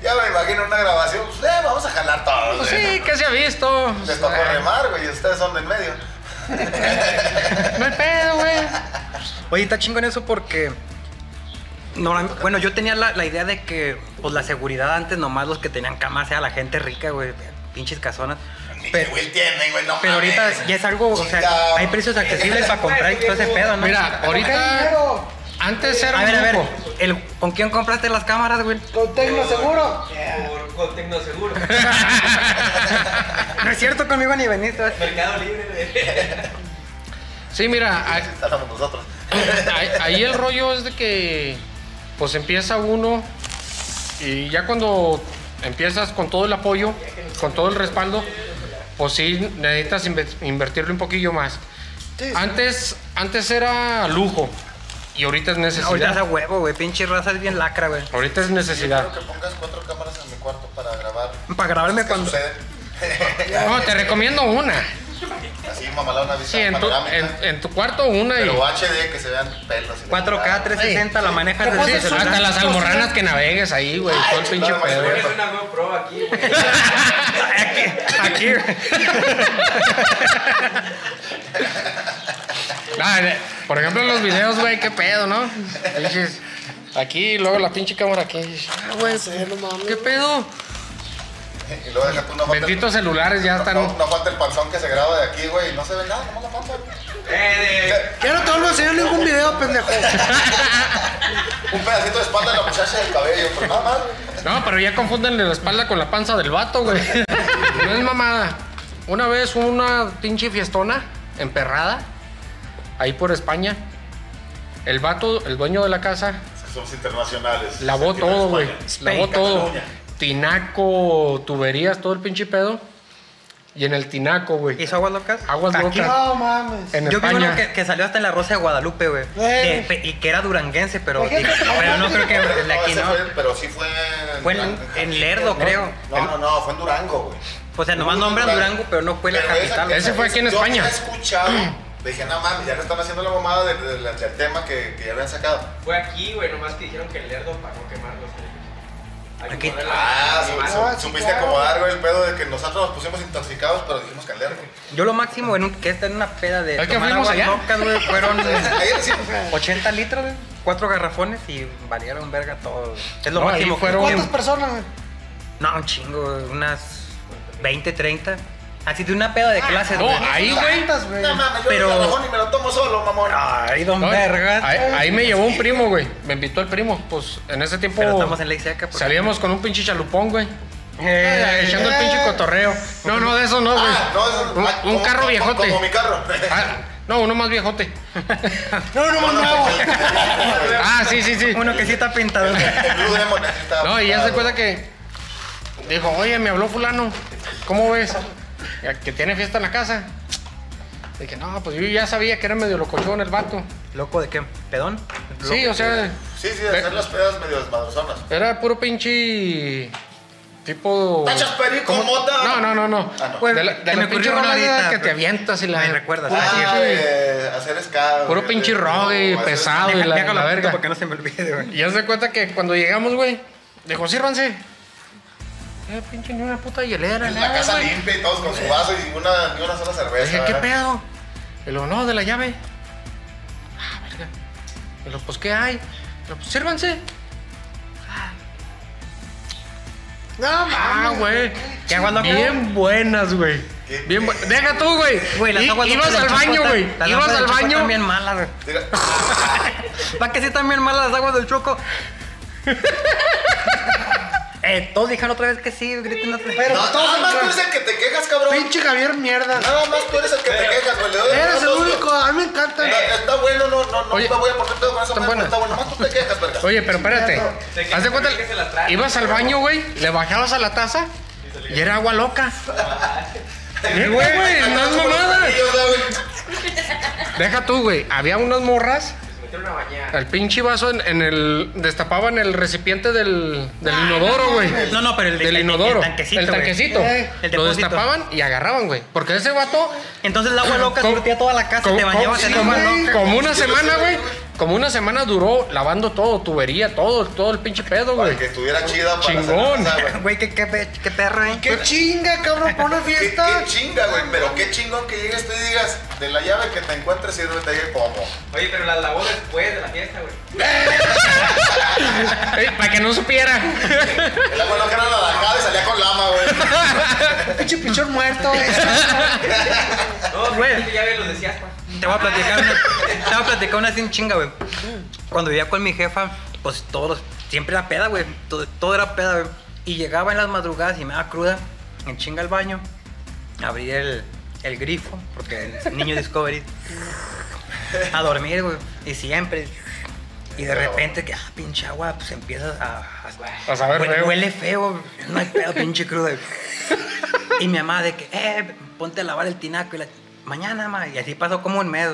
Speaker 1: *laughs* ya me imagino una grabación. Pues, eh, vamos a jalar todos.
Speaker 4: Pues
Speaker 1: güey.
Speaker 4: sí, pues, eh. que se ha visto.
Speaker 1: Les tocó remar, güey. y Ustedes son del medio.
Speaker 4: No hay pedo, güey.
Speaker 2: Oye, está chingón eso porque. no, la- bueno, yo tenía la, la idea de que pues, la seguridad antes nomás los que tenían camas era la gente rica, güey, pinches casonas.
Speaker 1: Ni que
Speaker 2: Pero,
Speaker 1: Will tiene, güey. No
Speaker 2: pero
Speaker 1: mames.
Speaker 2: ahorita ya es algo, o sea,
Speaker 1: Chingado.
Speaker 2: hay precios accesibles para comprar y todo ese pedo, ¿no?
Speaker 4: Mira, ahorita.
Speaker 3: dinero?
Speaker 4: Antes era
Speaker 2: a
Speaker 4: un
Speaker 2: ver, a ver,
Speaker 4: grupo. *laughs*
Speaker 2: el- ¿con quién compraste las cámaras, güey?
Speaker 3: Con Tecno Seguro.
Speaker 6: Por, con Tecnoseguro.
Speaker 2: No es cierto, conmigo ni ¿eh? veniste. ¿ves?
Speaker 6: Mercado Libre. de-
Speaker 4: Sí, mira, a-
Speaker 1: Estamos nosotros.
Speaker 4: ahí, ahí el rollo es de que pues empieza uno y ya cuando empiezas con todo el apoyo, con todo el respaldo, pues sí necesitas inve- invertirle un poquillo más.
Speaker 3: Sí, sí.
Speaker 4: Ah, Antes, antes era lujo y ahorita es
Speaker 2: Ahorita es a
Speaker 4: necesidad.
Speaker 2: huevo, güey, pinche raza es bien lacra, güey.
Speaker 4: Ahorita es necesidad.
Speaker 1: Quiero que pongas cuatro cámaras en mi cuarto para grabar.
Speaker 2: Para grabarme
Speaker 1: ¿Qué
Speaker 2: cuando...
Speaker 1: sucede?
Speaker 4: No, te recomiendo una.
Speaker 1: Así, mamalona,
Speaker 4: Sí,
Speaker 1: vista
Speaker 4: en tu,
Speaker 1: panorámica.
Speaker 4: en- en tu cuarto una y
Speaker 1: Pero HD, que se vean pelos. y la chingada.
Speaker 2: 4K, 360, la manejas
Speaker 3: Te
Speaker 2: desde
Speaker 3: pones
Speaker 2: tu celular.
Speaker 4: hasta las almorranas que navegues ahí, güey. Todo el pinche
Speaker 1: chingada, güey,
Speaker 4: pedo.
Speaker 6: Pones una GoPro aquí, güey.
Speaker 2: Aquí, güey.
Speaker 4: Ah, de- por ejemplo, en los videos, güey, qué pedo, ¿no? Pinches, Aquí, luego la pinche cámara aquí. Ah, güey,
Speaker 3: Sí, no mames.
Speaker 4: ¿Qué pedo?
Speaker 1: Y luego deja tú, no falta el-
Speaker 4: Benditos celulares ya
Speaker 1: No,
Speaker 4: están.
Speaker 1: no, no falta el panzón que se graba de aquí, güey. No se ve nada, nomás la panza, güey.
Speaker 6: Eh,
Speaker 3: Ya no te vuelvo a enseñar ningún *laughs* video, pendejo.
Speaker 1: Un pedacito de espalda de la muchacha del cabello, pero nada más, güey.
Speaker 4: No, pero ya confunden la espalda con la panza del vato, güey. No es mamada. Una vez una pinche fiestona, emperrada, ahí por España. El vato, el dueño de la casa,
Speaker 5: Es que somos internacionales.
Speaker 4: Lavó
Speaker 5: Aquí en
Speaker 4: todo, güey.
Speaker 5: España.
Speaker 4: Lavó
Speaker 2: Spain,
Speaker 4: todo.
Speaker 5: Cataluña.
Speaker 4: Tinaco, tuberías, todo el pinche pedo. Y en el tinaco, güey.
Speaker 2: ¿Hizo aguas locas?
Speaker 4: Aguas
Speaker 2: Aquí.
Speaker 4: locas.
Speaker 3: No mames.
Speaker 4: En
Speaker 2: Yo vi uno
Speaker 4: España.
Speaker 2: que, que salió hasta en la Rosa de Guadalupe, güey.
Speaker 3: Güey.
Speaker 2: De pe- Y que era duranguense, pero,
Speaker 3: Imagínate.
Speaker 2: pero no creo que el
Speaker 1: *laughs*
Speaker 2: de
Speaker 1: No,
Speaker 2: aquí
Speaker 1: ese
Speaker 2: no.
Speaker 1: fue, pero sí fue en,
Speaker 2: Fue en-
Speaker 1: Durango,
Speaker 2: en Lerdo,
Speaker 1: ¿no?
Speaker 2: creo.
Speaker 1: No, no, no, fue en Durango, güey.
Speaker 2: O sea, nomás nombran Durango, pero no fue la
Speaker 1: Pero esa-
Speaker 2: capital.
Speaker 1: esa-
Speaker 4: Ese fue aquí en
Speaker 1: yo
Speaker 4: España.
Speaker 1: había escuchado, dije, no mames, ya le están haciendo la mamada de- de- de- del tema que, que ya habían sacado.
Speaker 6: Fue aquí, güey, nomás que dijeron que el lerdo para no quemar los
Speaker 2: Aquí-
Speaker 1: Ah, su-
Speaker 6: sí.
Speaker 1: su-
Speaker 3: Ah, sí,
Speaker 1: supiste
Speaker 3: claro.
Speaker 1: acomodar, güey, el pedo de que nosotros nos pusimos intoxicados, pero dijimos calderón.
Speaker 2: Yo lo máximo en un, que está en una peda de
Speaker 4: Es que
Speaker 2: tomar
Speaker 4: fuimos
Speaker 2: aguas
Speaker 4: allá.
Speaker 2: locas, güey,
Speaker 4: *laughs*
Speaker 2: fueron
Speaker 1: Ahí sí,
Speaker 2: 80 litros, güey, cuatro garrafones y valieron verga todo. güey. Es lo
Speaker 4: No, ahí
Speaker 2: máximo. que-
Speaker 4: fueron-
Speaker 3: ¿Cuántas personas, güey?
Speaker 2: No, un chingo, güey, unas 20, 30. Así de una peda de clases,
Speaker 4: No,
Speaker 2: güey.
Speaker 4: ahí, güey.
Speaker 3: ¿Cuántas, güey?
Speaker 1: no mames, yo
Speaker 2: Pero-
Speaker 1: el garrafón y me lo tomo solo, mamón.
Speaker 4: Ah,
Speaker 2: Ay, don
Speaker 4: No,
Speaker 2: verga.
Speaker 4: ahí, ahí me llevó un primo, güey. Me invitó el primo. Pues en ese tiempo
Speaker 2: Pero estamos en ley seca. porque-
Speaker 4: salíamos con un pinche chalupón, güey.
Speaker 2: Eh,
Speaker 4: Echando el pinche cotorreo. No, no, de eso no, güey.
Speaker 1: Ah, no, es-
Speaker 4: Un-
Speaker 1: ah,
Speaker 4: un,
Speaker 1: como-
Speaker 4: carro
Speaker 1: como-
Speaker 4: viejote.
Speaker 1: Como mi carro. *laughs*
Speaker 4: Ah, no, uno más viejote.
Speaker 3: No, no, no, no, güey.
Speaker 4: *laughs* Ah, sí, sí, sí.
Speaker 2: Uno que sí está pintado.
Speaker 1: El Blue Demon, así estaba
Speaker 4: No, y ya se
Speaker 1: pintado.
Speaker 4: cuenta que dijo, oye, me habló fulano, ¿cómo ves? Ya Que tiene fiesta en la casa. Dije, no, pues yo ya sabía que era medio locochón el vato.
Speaker 2: ¿Loco de qué? ¿Pedón?
Speaker 4: Sí, o sea,
Speaker 1: Sí, sí, de hacer las pedas medio desmadrozonas.
Speaker 4: era puro pinche tipo...
Speaker 1: ¿Tachas perico,
Speaker 4: ¿Cómo?
Speaker 1: mota?
Speaker 4: No, no, no, no.
Speaker 1: Ah, no.
Speaker 2: Pues,
Speaker 4: de la,
Speaker 2: se
Speaker 4: de
Speaker 2: me
Speaker 4: la pinche
Speaker 2: ocurrió una
Speaker 4: rolada
Speaker 2: ahorita,
Speaker 4: que te
Speaker 2: pero
Speaker 4: avientas y la...
Speaker 2: me recuerdas.
Speaker 4: Ah,
Speaker 2: Sí,
Speaker 1: Ah,
Speaker 4: sí.
Speaker 1: de hacer escala.
Speaker 4: Puro
Speaker 1: de-
Speaker 4: pinche
Speaker 1: de-
Speaker 4: rogue,
Speaker 1: o hacer-
Speaker 4: pesado. y la- la verga.
Speaker 2: Porque no se me olvide, güey.
Speaker 4: Y haz de cuenta que cuando llegamos, güey, dijo, sírvanse. Eh, pinche ni una puta hielera,
Speaker 1: En la
Speaker 4: nada,
Speaker 1: casa
Speaker 4: güey.
Speaker 1: limpia y todos con su vaso y una, ni una sola cerveza.
Speaker 4: Dije, ¿qué
Speaker 1: ¿verdad?
Speaker 4: pedo? Y luego, no, de la llave. Ah, verga. Y luego, pues, ¿qué hay? Y luego, pues, sírvanse.
Speaker 3: No
Speaker 4: Ah,
Speaker 3: mames.
Speaker 4: güey.
Speaker 2: ¿Qué aguas locas?
Speaker 4: Bien buenas, güey.
Speaker 1: ¿Qué
Speaker 4: Bien bu-
Speaker 1: pedo?
Speaker 4: Deja tú, güey.
Speaker 2: Güey, las
Speaker 4: I-
Speaker 2: aguas locas
Speaker 4: Ibas
Speaker 2: de
Speaker 4: al
Speaker 2: Chuco
Speaker 4: baño,
Speaker 2: están-
Speaker 4: güey.
Speaker 2: las
Speaker 4: Ibas
Speaker 2: aguas del
Speaker 4: al
Speaker 2: Chuco
Speaker 4: baño.
Speaker 2: Están bien malas, güey.
Speaker 1: Mira,
Speaker 2: ¿Para qué sí están bien malas las aguas del
Speaker 4: *laughs*
Speaker 2: choco? eh, todos dijeron otra vez que sí, griten otra vez.
Speaker 3: Pero
Speaker 1: no,
Speaker 3: todos
Speaker 1: nada más tú
Speaker 3: entran.
Speaker 1: eres el que te quejas, cabrón.
Speaker 3: Pinche Javier mierda.
Speaker 1: Nada más tú eres el que te quejas, güey. Le doy
Speaker 3: Eres el
Speaker 1: dos, güey.
Speaker 3: único, a mí me encanta.
Speaker 1: No, está bueno, no, no, no
Speaker 4: Oye,
Speaker 1: te voy a poner todo con eso.
Speaker 4: están
Speaker 1: madre,
Speaker 4: buenas.
Speaker 1: Está bueno, nomás tú te quejas, verga.
Speaker 4: Oye, pero espérate.
Speaker 6: Se que-
Speaker 4: Haz de cuenta,
Speaker 6: que se las traen.
Speaker 4: ibas al baño, güey, le bajabas a la taza y era agua loca. Eh, Güey, güey, no es mamada.
Speaker 1: Sí, o sea, güey.
Speaker 4: Deja tú, güey. Había unas morras,
Speaker 6: Se metieron a bañar.
Speaker 4: el pinche vaso en, en el. destapaban el recipiente del, del inodoro, güey.
Speaker 2: No, no, pero el de- el-
Speaker 4: del
Speaker 2: el
Speaker 4: inodoro.
Speaker 2: tanquecito,
Speaker 4: El
Speaker 2: güey.
Speaker 4: tanquecito.
Speaker 2: Eh, el
Speaker 4: Lo
Speaker 2: depósito.
Speaker 4: destapaban y agarraban, güey. Porque ese vato.
Speaker 2: Entonces el agua loca
Speaker 4: como-
Speaker 2: surtía toda la casa,
Speaker 4: como-
Speaker 2: te bañabas
Speaker 4: como-
Speaker 2: en el agua
Speaker 4: como-
Speaker 2: loca.
Speaker 4: Como una semana, güey. Como una semana duró lavando todo, tubería, todo, todo el pinche pedo, güey.
Speaker 1: Para que estuviera chida para hacer
Speaker 4: Chingón.
Speaker 1: la cosa, güey.
Speaker 2: Güey, qué, qué, pe- qué perro, eh.
Speaker 3: Qué chinga, cabrón, para una
Speaker 1: Qué,
Speaker 3: fiesta.
Speaker 1: qué chinga, güey, pero qué chingón que llegues tú y digas, de la llave que te encuentres sirve, te dije, ¿cómo?
Speaker 6: Oye, pero las lavó después de la fiesta, güey.
Speaker 4: Eh, Para que no supiera.
Speaker 1: El agua no que era la dejaba y salía con lama, güey.
Speaker 3: Pinche pichón muerto. güey.
Speaker 6: No,
Speaker 2: Güey.
Speaker 6: güey. Ya lo decías, pues. pa.
Speaker 2: Te voy a platicar una, te voy a platicar una sin chinga, güey. Cuando vivía con mi jefa, pues todos, siempre era peda, güey. Todo, todo era peda, güey. Y llegaba en las madrugadas y me daba cruda, en chinga al baño, abrí el, el grifo, porque el niño Discovery, a dormir, güey. Y siempre. Y de repente, que ah, pinche agua, pues empiezas a. A,
Speaker 4: A saber
Speaker 2: huele,
Speaker 4: feo.
Speaker 2: huele feo, no hay pedo, pinche cruda. güey. Y mi mamá de que, eh, ponte a lavar el tinaco. Y la, mañana, ma. Y así pasó como un mes.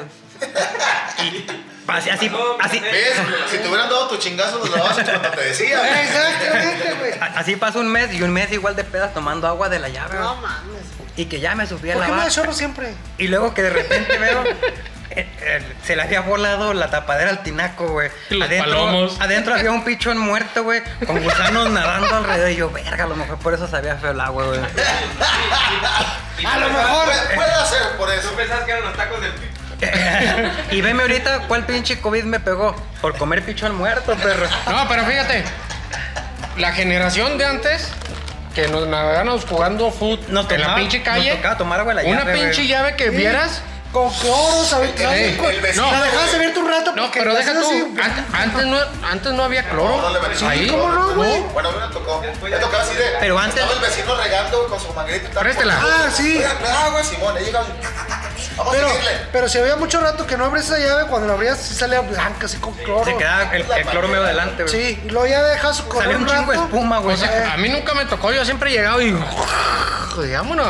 Speaker 2: Y pasé así, así,
Speaker 1: ¿Ves? Si te hubieran dado tu chingazo, los lavabas cuando te decía, güey.
Speaker 3: Exactamente, güey.
Speaker 2: a- así pasó un mes y un mes igual de pedas tomando agua de la llave.
Speaker 3: No
Speaker 2: güey.
Speaker 3: mames.
Speaker 2: Y que ya me subí a
Speaker 3: ¿Por qué me
Speaker 2: lavar.
Speaker 3: da chorro siempre?
Speaker 2: Y luego que de repente veo, eh, eh, se le había volado la tapadera al tinaco, güey.
Speaker 4: Y los palomos.
Speaker 2: Adentro había un pichón muerto, güey, con gusanos nadando alrededor. Y yo, verga, a lo mejor por eso sabía feo el agua, güey. *laughs*
Speaker 6: Y
Speaker 3: A
Speaker 6: tú
Speaker 3: lo
Speaker 6: pensabas-
Speaker 3: mejor.
Speaker 1: Puede- Puede ser por eso.
Speaker 6: Tú pensabas que eran los tacos del pito.
Speaker 2: y veme ahorita cuál pinche COVID me pegó. Por comer pichón muerto, perro.
Speaker 4: No, pero fíjate. La generación de antes que nos navegábamos jugando foot
Speaker 2: Nos
Speaker 4: en la
Speaker 2: tomaba-
Speaker 4: pinche calle.
Speaker 2: nos tocaba tomar agua de la
Speaker 4: una
Speaker 2: llave,
Speaker 4: pinche
Speaker 2: güey.
Speaker 4: llave que vieras.
Speaker 3: Con cloro, ¿sabes? Te
Speaker 4: Eh,
Speaker 1: El-
Speaker 3: das un
Speaker 1: el vecino,
Speaker 3: cu- La dejabas
Speaker 1: güey.
Speaker 3: abierta un rato.
Speaker 4: No,
Speaker 3: porque
Speaker 4: pero
Speaker 3: estás
Speaker 4: deja tú.
Speaker 3: así.
Speaker 4: an- Antes no, antes no había
Speaker 1: No, no le
Speaker 4: cloro.
Speaker 1: metí.
Speaker 4: Ahí.
Speaker 1: ¿Cómo no,
Speaker 4: güey?
Speaker 1: Bueno, a mí me tocó. Me tocaba así de.
Speaker 2: Pero antes-
Speaker 1: Estaba el vecino regando con su manguerita. y tal.
Speaker 4: Préstela.
Speaker 3: Ah, sí.
Speaker 1: Oiga, me da agua, Simón. Ahí llegaba.
Speaker 4: Ah,
Speaker 1: Vamos
Speaker 3: Pero,
Speaker 1: a seguirle.
Speaker 3: pero si había mucho rato que no abrías esa llave, cuando la abrías sí salía blanca, así con cloro.
Speaker 2: Se quedaba el, el cloro medio delante, güey.
Speaker 3: Sí, y luego ya dejas correr
Speaker 2: Salió un chingo de
Speaker 3: rato.
Speaker 2: espuma, güey.
Speaker 4: O
Speaker 3: Pues,
Speaker 4: sea, Pues, a mí nunca me tocó, yo siempre he llegado y. pues, Vámonos,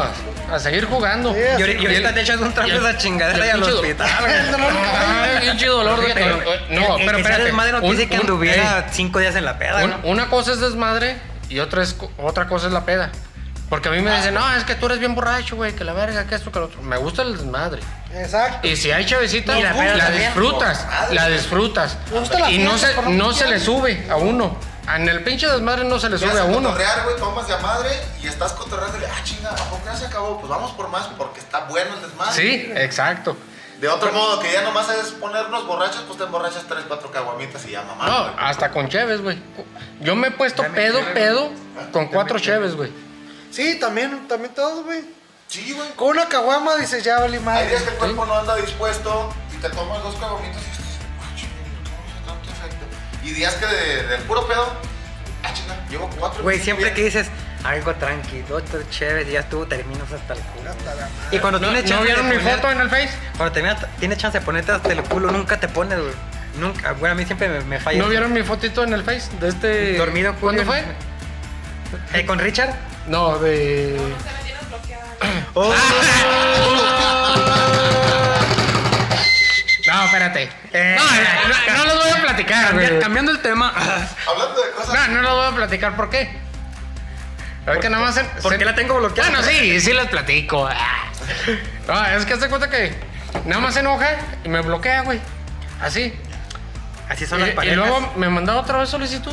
Speaker 4: a seguir jugando.
Speaker 3: Sí,
Speaker 2: Y ahori- y ahorita te echas un trago
Speaker 4: y
Speaker 2: de
Speaker 4: el-
Speaker 2: esa
Speaker 4: y
Speaker 2: chingadera
Speaker 4: el
Speaker 2: y al
Speaker 4: pinche
Speaker 2: hospital.
Speaker 3: Ah,
Speaker 4: *laughs* dolor. Ay, pinche dolor de
Speaker 2: Pero-
Speaker 4: cabeza.
Speaker 2: el-
Speaker 4: No,
Speaker 2: el
Speaker 4: pero
Speaker 2: que sea
Speaker 4: espérate.
Speaker 2: desmadre no
Speaker 4: Un-
Speaker 2: quise que
Speaker 4: un-
Speaker 2: anduviera
Speaker 4: ey,
Speaker 2: cinco días en la peda,
Speaker 4: un-
Speaker 2: ¿no?
Speaker 4: Una cosa es desmadre y otra, es, co- otra cosa es la peda. Porque a mí
Speaker 2: Ah,
Speaker 4: me dicen, no, es que tú eres bien borracho, güey, que la verga, que esto, que lo otro. Me gusta el desmadre.
Speaker 3: Exacto.
Speaker 4: Y si hay chavecita,
Speaker 2: Y la peda
Speaker 4: la
Speaker 2: también. Oh,
Speaker 4: disfrutas, la disfrutas.
Speaker 3: Me gusta la
Speaker 4: Y no
Speaker 3: fiesta,
Speaker 4: se,
Speaker 3: por lo
Speaker 4: no
Speaker 3: menos.
Speaker 4: se le sube a uno. En el pinche desmadre no se le sube a uno.
Speaker 1: cotorrear, güey, tomas de a madre y estás cotorreando y le, ah, chinga, ¿a poco ya se acabó? Pues vamos por más porque está bueno el desmadre.
Speaker 4: Sí, exacto.
Speaker 1: De otro modo, que ya nomás es ponernos borrachos, pues te emborrachas tres, cuatro caguamitas y ya, mamá.
Speaker 4: No, hasta con cheves, güey. Yo me he puesto pedo, pedo con cuatro cheves, güey.
Speaker 3: Sí, también, también todos, güey.
Speaker 1: Sí, güey.
Speaker 3: Con una caguama dices, ya valí
Speaker 1: Hay
Speaker 3: madre.
Speaker 1: días que el cuerpo no anda dispuesto y te tomas dos caguamitas y estás, ah, chinga, no tanto efecto. Y días que de- del puro pedo, ah, chinga, llevo cuatro.
Speaker 2: Güey,
Speaker 1: cinco
Speaker 2: siempre
Speaker 1: días.
Speaker 2: que dices algo tranquilo, otro chévere, ya estuvo, terminas hasta el culo.
Speaker 3: Hasta la madre.
Speaker 2: Y cuando
Speaker 4: ¿No,
Speaker 2: tienes
Speaker 4: no
Speaker 2: chance
Speaker 4: vieron
Speaker 2: de
Speaker 4: mi
Speaker 2: poner-
Speaker 4: foto en el Face?
Speaker 2: Cuando terminas, tienes chance de ponerte hasta el culo, nunca te pones, güey. Nunca, güey, a mí siempre me, me falla.
Speaker 4: ¿No
Speaker 2: eso.
Speaker 4: vieron mi fotito en el Face de este...
Speaker 2: Dormido,
Speaker 4: ¿Cuándo
Speaker 2: Julio.
Speaker 4: fue?
Speaker 2: Eh, ¿Con Richard?
Speaker 4: No, de...
Speaker 7: Te la tienes bloqueada.
Speaker 4: Oh. *laughs* No, espérate.
Speaker 2: Eh,
Speaker 4: no, no, no los voy a platicar,
Speaker 2: Cambia-
Speaker 4: güey.
Speaker 2: cambiando el tema,
Speaker 1: Hablando de cosas.
Speaker 4: No, no los voy a platicar, ¿por qué? Ahorita nada más... se-
Speaker 2: ¿por
Speaker 4: se-
Speaker 2: qué la tengo bloqueada?
Speaker 4: Bueno, sí, sí les
Speaker 2: *laughs*
Speaker 4: platico. Ah. No, es que hazte cuenta que nada más se enoja y me bloquea, güey. Así.
Speaker 2: Así son las
Speaker 4: Y, y
Speaker 2: parejas.
Speaker 4: luego me mandaba otra vez
Speaker 2: *laughs*
Speaker 4: solicitud.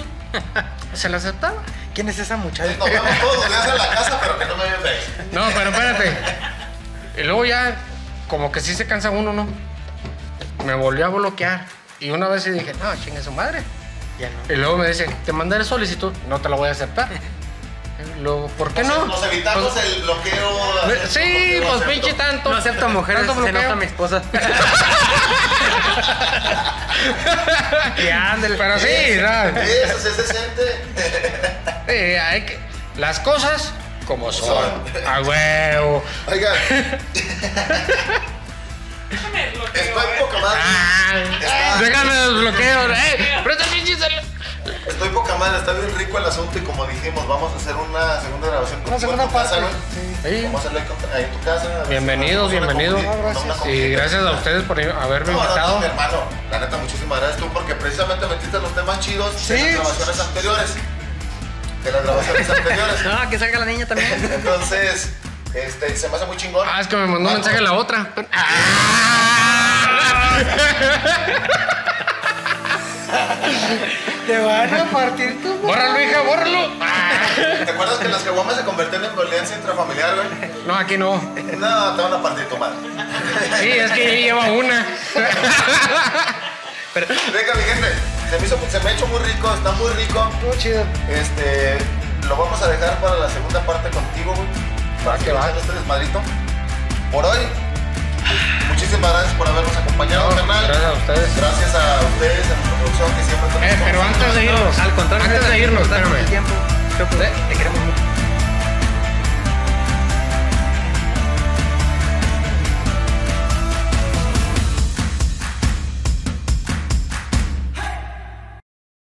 Speaker 4: Se la aceptaba.
Speaker 2: ¿Quién es esa muchacha?
Speaker 1: Nos vamos todos los días a la casa, pero que no me vean de ahí.
Speaker 4: No, pero espérate. Y luego ya, como que sí se cansa uno, ¿no? Me volvió a bloquear. Y una vez sí dije, no, chingue su madre.
Speaker 2: Ya no.
Speaker 4: Y luego me dice, te mandaré solicitud, no te la voy a aceptar. Y luego, ¿por qué no?
Speaker 1: Nos evitamos
Speaker 4: Pues,
Speaker 1: el bloqueo. acepto,
Speaker 4: Sí,
Speaker 1: bloqueo,
Speaker 4: pues
Speaker 1: acepto.
Speaker 4: pinche tanto.
Speaker 2: No acepto mujeres,
Speaker 4: tanto
Speaker 2: se
Speaker 4: bloqueo.
Speaker 2: enoja mi esposa. y ándale.
Speaker 4: Pero sí, ¿no?
Speaker 1: Eso sí se siente.
Speaker 4: Eh, hay que- Las cosas como son. A huevo.
Speaker 1: Oigan,
Speaker 7: Déjame bloqueo.
Speaker 1: estoy poca madre.
Speaker 4: Ah, déjame desbloqueo. Eh, pero también sí se le-
Speaker 1: Estoy poca madre. Está bien rico el asunto. Y como dijimos, vamos a hacer una segunda grabación
Speaker 3: Una
Speaker 1: contigo en
Speaker 3: segunda
Speaker 1: tu casa, güey.
Speaker 3: parte. Sí.
Speaker 4: *laughs* Sí.
Speaker 1: Vamos a hacerlo ahí con- ahí en tu casa.
Speaker 4: Bienvenidos, bienvenidos.
Speaker 3: No, gracias.
Speaker 4: Y gracias a ustedes por haberme
Speaker 1: No, no, no,
Speaker 4: invitado.
Speaker 1: mi hermano, la neta, muchísimas gracias tú porque precisamente metiste los temas chidos de
Speaker 3: Sí.
Speaker 1: las grabaciones anteriores. De las grabaciones anteriores.
Speaker 2: No, que salga la niña también.
Speaker 1: Entonces, este, se me hace muy chingón.
Speaker 4: Ah, es que me mandó un
Speaker 1: Vamos.
Speaker 4: mensaje la otra. Ah.
Speaker 3: Te van a partir tu
Speaker 4: Bórralo, hija, bórralo. Ah.
Speaker 1: ¿Te acuerdas que las caguamas se convertían en violencia intrafamiliar, güey?
Speaker 4: No, aquí no.
Speaker 1: No, te van a partir tu madre.
Speaker 4: Sí, es que ya lleva una.
Speaker 1: Venga, mi gente, se me, hizo, se me ha hecho muy rico, está muy rico.
Speaker 3: Estuvo chido.
Speaker 1: Este, lo vamos a dejar para la segunda parte contigo, güey. Para
Speaker 4: Va que
Speaker 1: que
Speaker 4: va.
Speaker 1: vayan este desmadrito. Por hoy, muchísimas gracias por habernos acompañado, carnal.
Speaker 4: Gracias a ustedes.
Speaker 1: Gracias a ustedes, a nuestra producción que siempre
Speaker 4: Eh, pero antes de irnos,
Speaker 2: Al contrario,
Speaker 4: antes de irnos,
Speaker 2: espérame.
Speaker 4: espérame. ¿Eh?
Speaker 2: Tiempo. Yo, pues, Te queremos mucho.